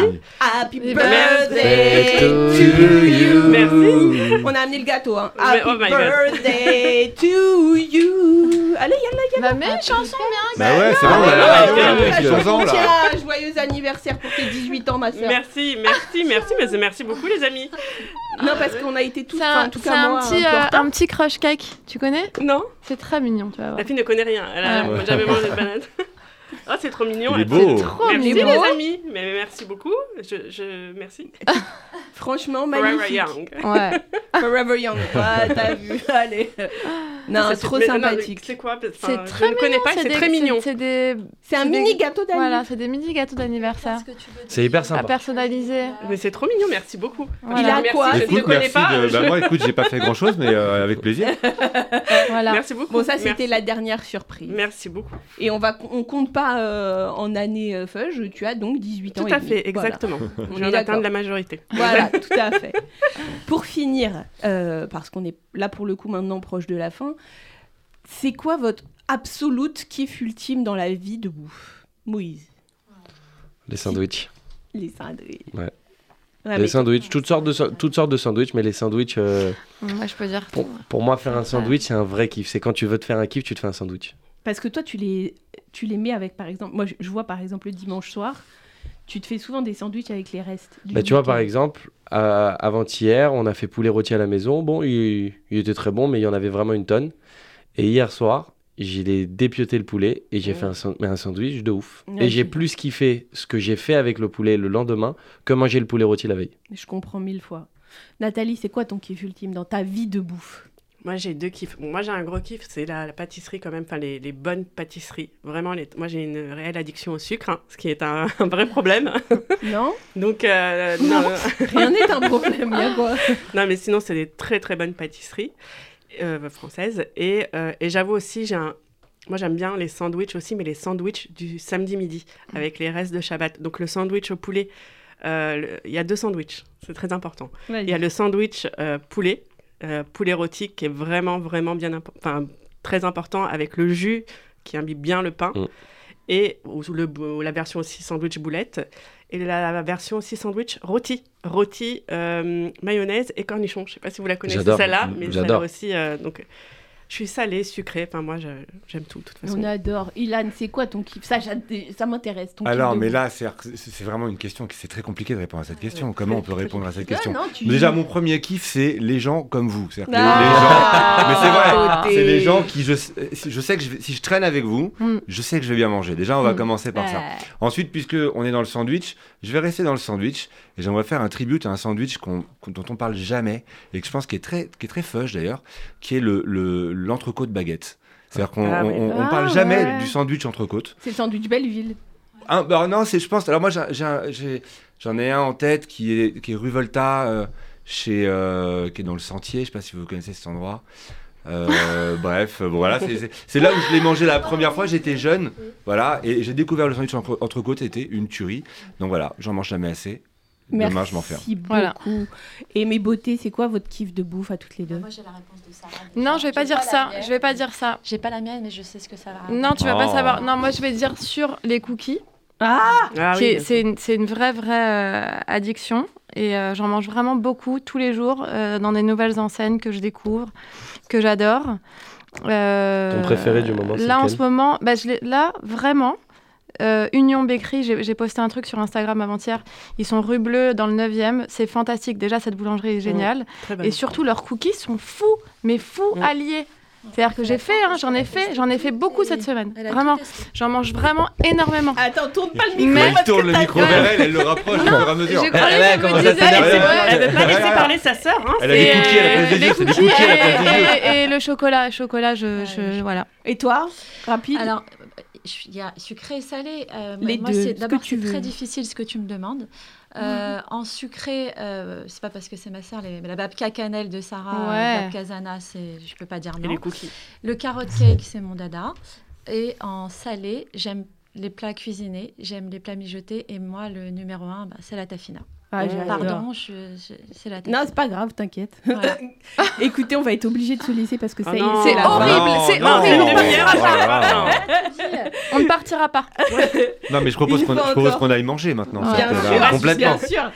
[SPEAKER 2] Happy birthday
[SPEAKER 6] birthday
[SPEAKER 2] to
[SPEAKER 6] to
[SPEAKER 2] you.
[SPEAKER 6] you.
[SPEAKER 8] Bah
[SPEAKER 6] Merci.
[SPEAKER 2] On a amené le gâteau. Hein.
[SPEAKER 5] Mais-
[SPEAKER 2] Happy
[SPEAKER 5] oh my God.
[SPEAKER 2] birthday to you. Allez, yalla, yalla. Mais une chanson bien.
[SPEAKER 8] Bah ouais, c'est vrai, on a
[SPEAKER 2] Ah,
[SPEAKER 8] la radio, on a
[SPEAKER 2] Tiens,
[SPEAKER 8] 14 ans, là.
[SPEAKER 2] joyeux anniversaire pour tes 18 ans, ma soeur.
[SPEAKER 3] Merci, merci, merci, mais merci beaucoup les amis.
[SPEAKER 2] Non, parce qu'on a été tous,
[SPEAKER 3] C'est
[SPEAKER 2] enfin,
[SPEAKER 3] un-
[SPEAKER 2] en tout
[SPEAKER 3] c'est
[SPEAKER 2] cas
[SPEAKER 3] un
[SPEAKER 2] moi,
[SPEAKER 3] petit,
[SPEAKER 2] peu en
[SPEAKER 3] euh,
[SPEAKER 2] retard.
[SPEAKER 5] Un petit crush cake, tu connais
[SPEAKER 3] Non.
[SPEAKER 5] C'est très mignon, tu vas voir.
[SPEAKER 3] La fille ne connaît rien, elle a
[SPEAKER 5] Ah ouais.
[SPEAKER 3] jamais mangé de banane. Ah, c'est trop mignon.
[SPEAKER 8] Il est
[SPEAKER 3] elle-
[SPEAKER 8] beau.
[SPEAKER 3] c'est
[SPEAKER 8] Trop
[SPEAKER 3] merci
[SPEAKER 2] mignon.
[SPEAKER 3] les amis. Mais mais merci beaucoup. Je, je- merci.
[SPEAKER 2] Franchement,
[SPEAKER 3] Forever
[SPEAKER 2] magnifique.
[SPEAKER 3] young.
[SPEAKER 2] Forever young. Ouais, t'as vu. Allez. Non,
[SPEAKER 3] Ça, c'est-
[SPEAKER 2] trop
[SPEAKER 3] mais non, mais
[SPEAKER 2] sympathique.
[SPEAKER 3] C'est quoi parce-
[SPEAKER 5] C'est
[SPEAKER 3] enfin,
[SPEAKER 5] très
[SPEAKER 3] Je ne connais
[SPEAKER 5] mignon,
[SPEAKER 3] pas, c'est très
[SPEAKER 5] des-
[SPEAKER 3] mignon.
[SPEAKER 5] C'est des.
[SPEAKER 2] C'est un
[SPEAKER 5] des-
[SPEAKER 2] mini gâteau d'anniversaire.
[SPEAKER 5] Voilà, c'est des mini gâteaux d'anniversaire.
[SPEAKER 6] C'est hyper
[SPEAKER 5] À
[SPEAKER 6] sympa.
[SPEAKER 5] personnaliser.
[SPEAKER 3] Mais c'est trop mignon, merci beaucoup.
[SPEAKER 5] Voilà.
[SPEAKER 2] Il a
[SPEAKER 3] Merci,
[SPEAKER 2] quoi
[SPEAKER 3] je ne
[SPEAKER 8] Écoute,
[SPEAKER 3] connais
[SPEAKER 8] merci
[SPEAKER 3] pas.
[SPEAKER 8] de.
[SPEAKER 3] je-
[SPEAKER 8] Bah, moi, écoute, j'ai pas fait grand chose, mais euh, avec plaisir.
[SPEAKER 5] Voilà.
[SPEAKER 3] Merci beaucoup.
[SPEAKER 2] Bon, ça,
[SPEAKER 3] Merci.
[SPEAKER 2] c'était la dernière surprise.
[SPEAKER 3] Merci beaucoup.
[SPEAKER 2] Et on va, on compte pas euh, en année euh, feuge. Tu as donc 18 ans.
[SPEAKER 3] Tout
[SPEAKER 2] et
[SPEAKER 3] à
[SPEAKER 2] demi.
[SPEAKER 3] fait,
[SPEAKER 2] Voilà.
[SPEAKER 3] exactement.
[SPEAKER 2] On
[SPEAKER 3] Je
[SPEAKER 2] est
[SPEAKER 3] viens
[SPEAKER 2] d'accord.
[SPEAKER 3] d'atteindre la majorité.
[SPEAKER 2] Voilà, tout à fait. Pour finir, euh, parce qu'on est là pour le coup maintenant proche de la fin, c'est quoi votre absolute kiff ultime dans la vie de bouffe Moïse,
[SPEAKER 6] Les sandwichs.
[SPEAKER 2] les sandwichs.
[SPEAKER 6] Ouais.
[SPEAKER 2] Ouais, mais-
[SPEAKER 6] les sandwichs, toutes sortes de, sa- toutes sortes de sandwichs, mais les sandwichs. euh,
[SPEAKER 5] Moi, Mm, je peux dire.
[SPEAKER 6] pour, pour moi, faire un sandwich, c'est un vrai kiff. C'est quand tu veux te faire un kiff, tu te fais un sandwich.
[SPEAKER 2] Parce que toi, tu les, tu les mets avec, par exemple, moi je- je vois par exemple le dimanche soir, tu te fais souvent des sandwichs avec les restes. du
[SPEAKER 6] Bah, tu vois, par
[SPEAKER 2] week-end.
[SPEAKER 6] exemple, euh, avant-hier, on a fait poulet rôti à la maison. Bon, il, il était très bon, mais il y en avait vraiment une tonne. Et hier soir, j'ai dépioté le poulet et j'ai fait un, san- mais un sandwich de ouf.
[SPEAKER 2] Ouais,
[SPEAKER 6] et j'ai
[SPEAKER 2] c'est-
[SPEAKER 6] plus kiffé ce que j'ai fait avec le poulet le lendemain que manger le poulet rôti la veille.
[SPEAKER 2] Je comprends mille fois. Nathalie, c'est quoi ton kiff ultime dans ta vie de bouffe
[SPEAKER 3] Moi, j'ai deux kiffs. Bon, moi, j'ai un gros kiff, c'est la, la pâtisserie quand même, enfin les, les bonnes pâtisseries. Vraiment, les- moi, j'ai une réelle addiction au sucre, hein, ce qui est un, un vrai problème.
[SPEAKER 2] Non
[SPEAKER 3] Donc, euh, non.
[SPEAKER 2] Rien n'est un problème, y a quoi
[SPEAKER 3] Non, mais sinon, c'est des très, très bonnes pâtisseries euh, françaises. Et, euh, et j'avoue aussi, j'ai un... Moi, j'aime bien les sandwichs aussi, mais les sandwichs du samedi midi, avec les restes de Shabbat. Donc, le sandwich au poulet, euh, le- il y a deux sandwichs, c'est très important.
[SPEAKER 2] Vas-y.
[SPEAKER 3] Il y a le sandwich euh, poulet, euh, poulet rôti, qui est vraiment, vraiment bien, impo- enfin, très important, avec le jus qui imbibe bien le pain.
[SPEAKER 6] Mm.
[SPEAKER 3] Et ou le, ou la version aussi sandwich boulette.
[SPEAKER 9] Et la, la version aussi sandwich rôti. Rôti, euh, mayonnaise et cornichon. Je sais pas si vous la connaissez
[SPEAKER 6] J'adore.
[SPEAKER 9] celle-là, mais celle-là
[SPEAKER 6] J'adore.
[SPEAKER 9] aussi. euh, donc, je suis salée, sucrée. Enfin, moi, je- j'aime tout, de toute façon.
[SPEAKER 10] On adore. Ilan, c'est quoi ton kiff Ça, j'ad- ça m'intéresse. ton kiff
[SPEAKER 8] Alors,
[SPEAKER 10] de
[SPEAKER 8] mais
[SPEAKER 10] ouf.
[SPEAKER 8] là, c'est c'est vraiment une question qui c'est très compliqué de répondre à cette question. Comment on peut répondre à cette
[SPEAKER 10] Ouais,
[SPEAKER 8] question
[SPEAKER 10] non, tu-
[SPEAKER 8] Déjà, mon premier kiff, c'est les gens comme vous. C'est-à-dire que
[SPEAKER 2] Ah.
[SPEAKER 8] les gens. Mais c'est
[SPEAKER 2] Ah.
[SPEAKER 8] vrai, c'est les gens qui. Je, si- je sais que je vais- si je traîne avec vous,
[SPEAKER 5] Mm.
[SPEAKER 8] je sais que je vais bien manger. Déjà, on va
[SPEAKER 5] Mm.
[SPEAKER 8] commencer par ça.
[SPEAKER 10] Ouais.
[SPEAKER 8] Ensuite, puisque on est dans le sandwich, je vais rester dans le sandwich et j'aimerais faire un tribute à un sandwich qu'on- qu'on- dont on parle jamais et que je pense qui est très, qui est très fudge d'ailleurs, qui est l'entrecôte le, l'entrecôte baguette. C'est-à-dire qu'on
[SPEAKER 3] Ah
[SPEAKER 8] on-
[SPEAKER 3] ouais.
[SPEAKER 8] on- on
[SPEAKER 10] Ah
[SPEAKER 8] parle jamais
[SPEAKER 10] ouais.
[SPEAKER 8] du sandwich entrecôte.
[SPEAKER 10] C'est le sandwich Belleville.
[SPEAKER 8] Un- bah non, c'est, je pense. Alors moi, j'ai un- j'ai un- j'ai- j'en ai un en tête qui est, qui est rue Volta, euh, chez, euh, qui est dans le sentier. Je sais pas si vous connaissez cet endroit. Euh, bref, euh, bon, voilà, c'est- c'est c'est là où je l'ai mangé la première fois. J'étais jeune, voilà, et j'ai découvert le sandwich entre, entrecôte était une tuerie. Donc voilà, j'en mange jamais assez. Demain, je m'en fais un.
[SPEAKER 10] Merci beaucoup.
[SPEAKER 5] Voilà.
[SPEAKER 10] Et mes beautés, c'est quoi votre kiff de bouffe à toutes les deux
[SPEAKER 4] Moi, j'ai la réponse de Sarah.
[SPEAKER 5] Non, je vais pas dire ça. Je vais pas dire ça.
[SPEAKER 4] J'ai pas la mienne, mais je sais ce que ça va.
[SPEAKER 5] Non, tu vas pas
[SPEAKER 8] Oh.
[SPEAKER 5] savoir. Non, moi je vais dire sur les cookies.
[SPEAKER 9] Ah
[SPEAKER 5] qui
[SPEAKER 9] oui, bien
[SPEAKER 5] est-
[SPEAKER 9] sûr.
[SPEAKER 5] c'est une, c'est une vraie, vraie euh, addiction. Et euh, j'en mange vraiment beaucoup tous les jours euh, dans des nouvelles enseignes que je découvre, que j'adore. Euh,
[SPEAKER 6] Ton préféré du moment, c'est
[SPEAKER 5] Là, en
[SPEAKER 6] lequel
[SPEAKER 5] ce moment, bah, je l'ai- là, vraiment, euh, Union Bécry, j'ai j'ai posté un truc sur Instagram avant-hier. Ils sont rue Bleue dans le 9e. C'est fantastique. Déjà, cette boulangerie est géniale.
[SPEAKER 9] Très bonne.
[SPEAKER 5] Et surtout, leurs cookies sont fous, mais fous
[SPEAKER 9] Mm.
[SPEAKER 5] alliés. C'est-à-dire que j'ai fait, hein, j'en ai fait, j'en ai fait beaucoup cette semaine.
[SPEAKER 4] Elle a
[SPEAKER 5] Vraiment,
[SPEAKER 4] tout testé.
[SPEAKER 5] j'en mange vraiment énormément.
[SPEAKER 2] Attends, tourne pas le
[SPEAKER 8] Quand
[SPEAKER 2] micro.
[SPEAKER 5] Mais-
[SPEAKER 8] il
[SPEAKER 2] parce
[SPEAKER 8] tourne
[SPEAKER 2] que
[SPEAKER 8] le
[SPEAKER 2] t'as-
[SPEAKER 8] micro vers elle, elle le rapproche au fur et à mesure.
[SPEAKER 5] Je croyais
[SPEAKER 6] Eh ouais,
[SPEAKER 5] que
[SPEAKER 6] comment
[SPEAKER 5] me
[SPEAKER 6] ça
[SPEAKER 5] disais,
[SPEAKER 6] s'énerve,
[SPEAKER 5] c'est
[SPEAKER 6] elle.
[SPEAKER 5] vrai.
[SPEAKER 9] Elle veut pas laisser
[SPEAKER 8] Ouais.
[SPEAKER 9] parler sa sœur. Hein,
[SPEAKER 8] Elle a des
[SPEAKER 5] C'est,
[SPEAKER 8] cookies à la place des
[SPEAKER 5] euh,
[SPEAKER 8] yeux, c'est des
[SPEAKER 5] les
[SPEAKER 8] cookies à la
[SPEAKER 5] cookies
[SPEAKER 8] place des yeux.
[SPEAKER 5] et, et- et le chocolat, chocolat, je, je- voilà.
[SPEAKER 2] Et toi, rapide
[SPEAKER 4] Alors, je- il y a sucré et salé. euh,
[SPEAKER 10] Les
[SPEAKER 4] moi,
[SPEAKER 10] deux,
[SPEAKER 4] c'est
[SPEAKER 10] ce
[SPEAKER 4] d'abord
[SPEAKER 10] que tu
[SPEAKER 4] c'est
[SPEAKER 10] veux. Mhm.
[SPEAKER 4] très difficile ce que tu me demandes. Euh, En sucré, euh, c'est pas parce que c'est ma sœur, les- la babka cannelle de Sarah,
[SPEAKER 5] Ouais.
[SPEAKER 4] la babka zana, c'est, je peux pas dire
[SPEAKER 9] Et
[SPEAKER 4] non.
[SPEAKER 9] les cookies.
[SPEAKER 4] Le carrot cake, c'est mon dada. Et en salé, j'aime les plats cuisinés, j'aime les plats mijotés. Et moi, le numéro un, bah, c'est la tafina.
[SPEAKER 10] Ah, j'adore.
[SPEAKER 4] Pardon, je- je- c'est la tafina.
[SPEAKER 10] Non, c'est pas grave, t'inquiette.
[SPEAKER 4] Voilà.
[SPEAKER 10] Écoutez, on va être obligé de se laisser parce que
[SPEAKER 2] Oh
[SPEAKER 10] ça
[SPEAKER 9] Ah
[SPEAKER 10] y est,
[SPEAKER 9] non.
[SPEAKER 10] c'est
[SPEAKER 5] C'est
[SPEAKER 10] la
[SPEAKER 5] horrible,
[SPEAKER 8] Non,
[SPEAKER 5] c'est
[SPEAKER 8] non,
[SPEAKER 5] horrible.
[SPEAKER 8] non, non, non, non.
[SPEAKER 5] On ne partira pas.
[SPEAKER 8] Non, mais je propose
[SPEAKER 2] Une
[SPEAKER 8] qu'on
[SPEAKER 2] fois
[SPEAKER 8] je propose
[SPEAKER 2] encore.
[SPEAKER 8] qu'on aille manger maintenant.
[SPEAKER 5] Ouais.
[SPEAKER 8] cette
[SPEAKER 2] Bien
[SPEAKER 8] heure-là,
[SPEAKER 2] sûr, bien
[SPEAKER 8] complètement.
[SPEAKER 2] sûr.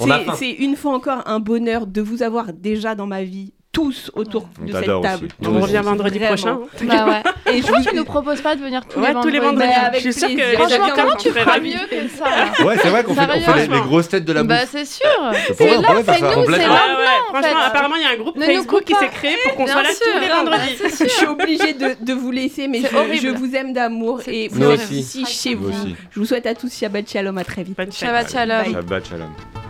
[SPEAKER 6] On a
[SPEAKER 2] C'est-
[SPEAKER 6] faim.
[SPEAKER 2] C'est une fois encore un bonheur de vous avoir déjà dans ma vie, tous autour
[SPEAKER 8] On
[SPEAKER 2] de
[SPEAKER 8] t'adore
[SPEAKER 2] cette
[SPEAKER 8] aussi.
[SPEAKER 2] table.
[SPEAKER 8] Nous
[SPEAKER 9] On
[SPEAKER 8] aussi.
[SPEAKER 9] revient vendredi
[SPEAKER 2] Vraiment.
[SPEAKER 9] prochain.
[SPEAKER 5] Bah ouais.
[SPEAKER 2] Et je
[SPEAKER 5] Pourquoi
[SPEAKER 2] vous
[SPEAKER 5] tu nous proposes pas de venir tous
[SPEAKER 9] Ouais,
[SPEAKER 5] les vendredis
[SPEAKER 9] tous les vendredis.
[SPEAKER 5] Bah,
[SPEAKER 9] je suis
[SPEAKER 2] avec
[SPEAKER 9] sûre que
[SPEAKER 2] plaisir.
[SPEAKER 9] les
[SPEAKER 2] Franchement,
[SPEAKER 5] Franchement,
[SPEAKER 9] auditeurs
[SPEAKER 5] comment
[SPEAKER 9] vont
[SPEAKER 5] tu
[SPEAKER 9] très
[SPEAKER 5] feras
[SPEAKER 9] ravis.
[SPEAKER 5] Ah, mieux que ça
[SPEAKER 8] Ouais, c'est vrai qu'on fait, on fait les,
[SPEAKER 5] Sérieusement.
[SPEAKER 8] les grosses têtes de la bouffe.
[SPEAKER 5] Bah c'est sûr.
[SPEAKER 8] C'est pour
[SPEAKER 5] C'est
[SPEAKER 8] ça, on
[SPEAKER 5] là,
[SPEAKER 8] pourrait faire
[SPEAKER 5] c'est
[SPEAKER 8] ça.
[SPEAKER 5] nous, c'est
[SPEAKER 8] Complètement.
[SPEAKER 5] maintenant. en
[SPEAKER 9] franchement,
[SPEAKER 5] fait.
[SPEAKER 9] apparemment, il y a un groupe
[SPEAKER 5] Ne nous
[SPEAKER 9] Facebook
[SPEAKER 5] coupe
[SPEAKER 9] qui
[SPEAKER 5] pas.
[SPEAKER 9] s'est créé pour qu'on
[SPEAKER 5] Bien
[SPEAKER 9] soit là
[SPEAKER 5] sûr.
[SPEAKER 9] tous les
[SPEAKER 5] Non, bah,
[SPEAKER 9] vendredis.
[SPEAKER 5] c'est
[SPEAKER 2] Je
[SPEAKER 5] sûr.
[SPEAKER 2] suis obligée de, de vous laisser, mais je,
[SPEAKER 5] C'est horrible.
[SPEAKER 2] je vous aime d'amour
[SPEAKER 5] C'est-
[SPEAKER 2] et
[SPEAKER 5] Nous
[SPEAKER 2] vous êtes
[SPEAKER 6] aussi.
[SPEAKER 2] ici chez
[SPEAKER 8] Nous
[SPEAKER 2] vous.
[SPEAKER 8] aussi.
[SPEAKER 2] Je vous souhaite à tous Shabbat Shalom, à très vite.
[SPEAKER 9] Bonne chance.
[SPEAKER 5] Shabbat shalom.
[SPEAKER 8] Shabbat shalom.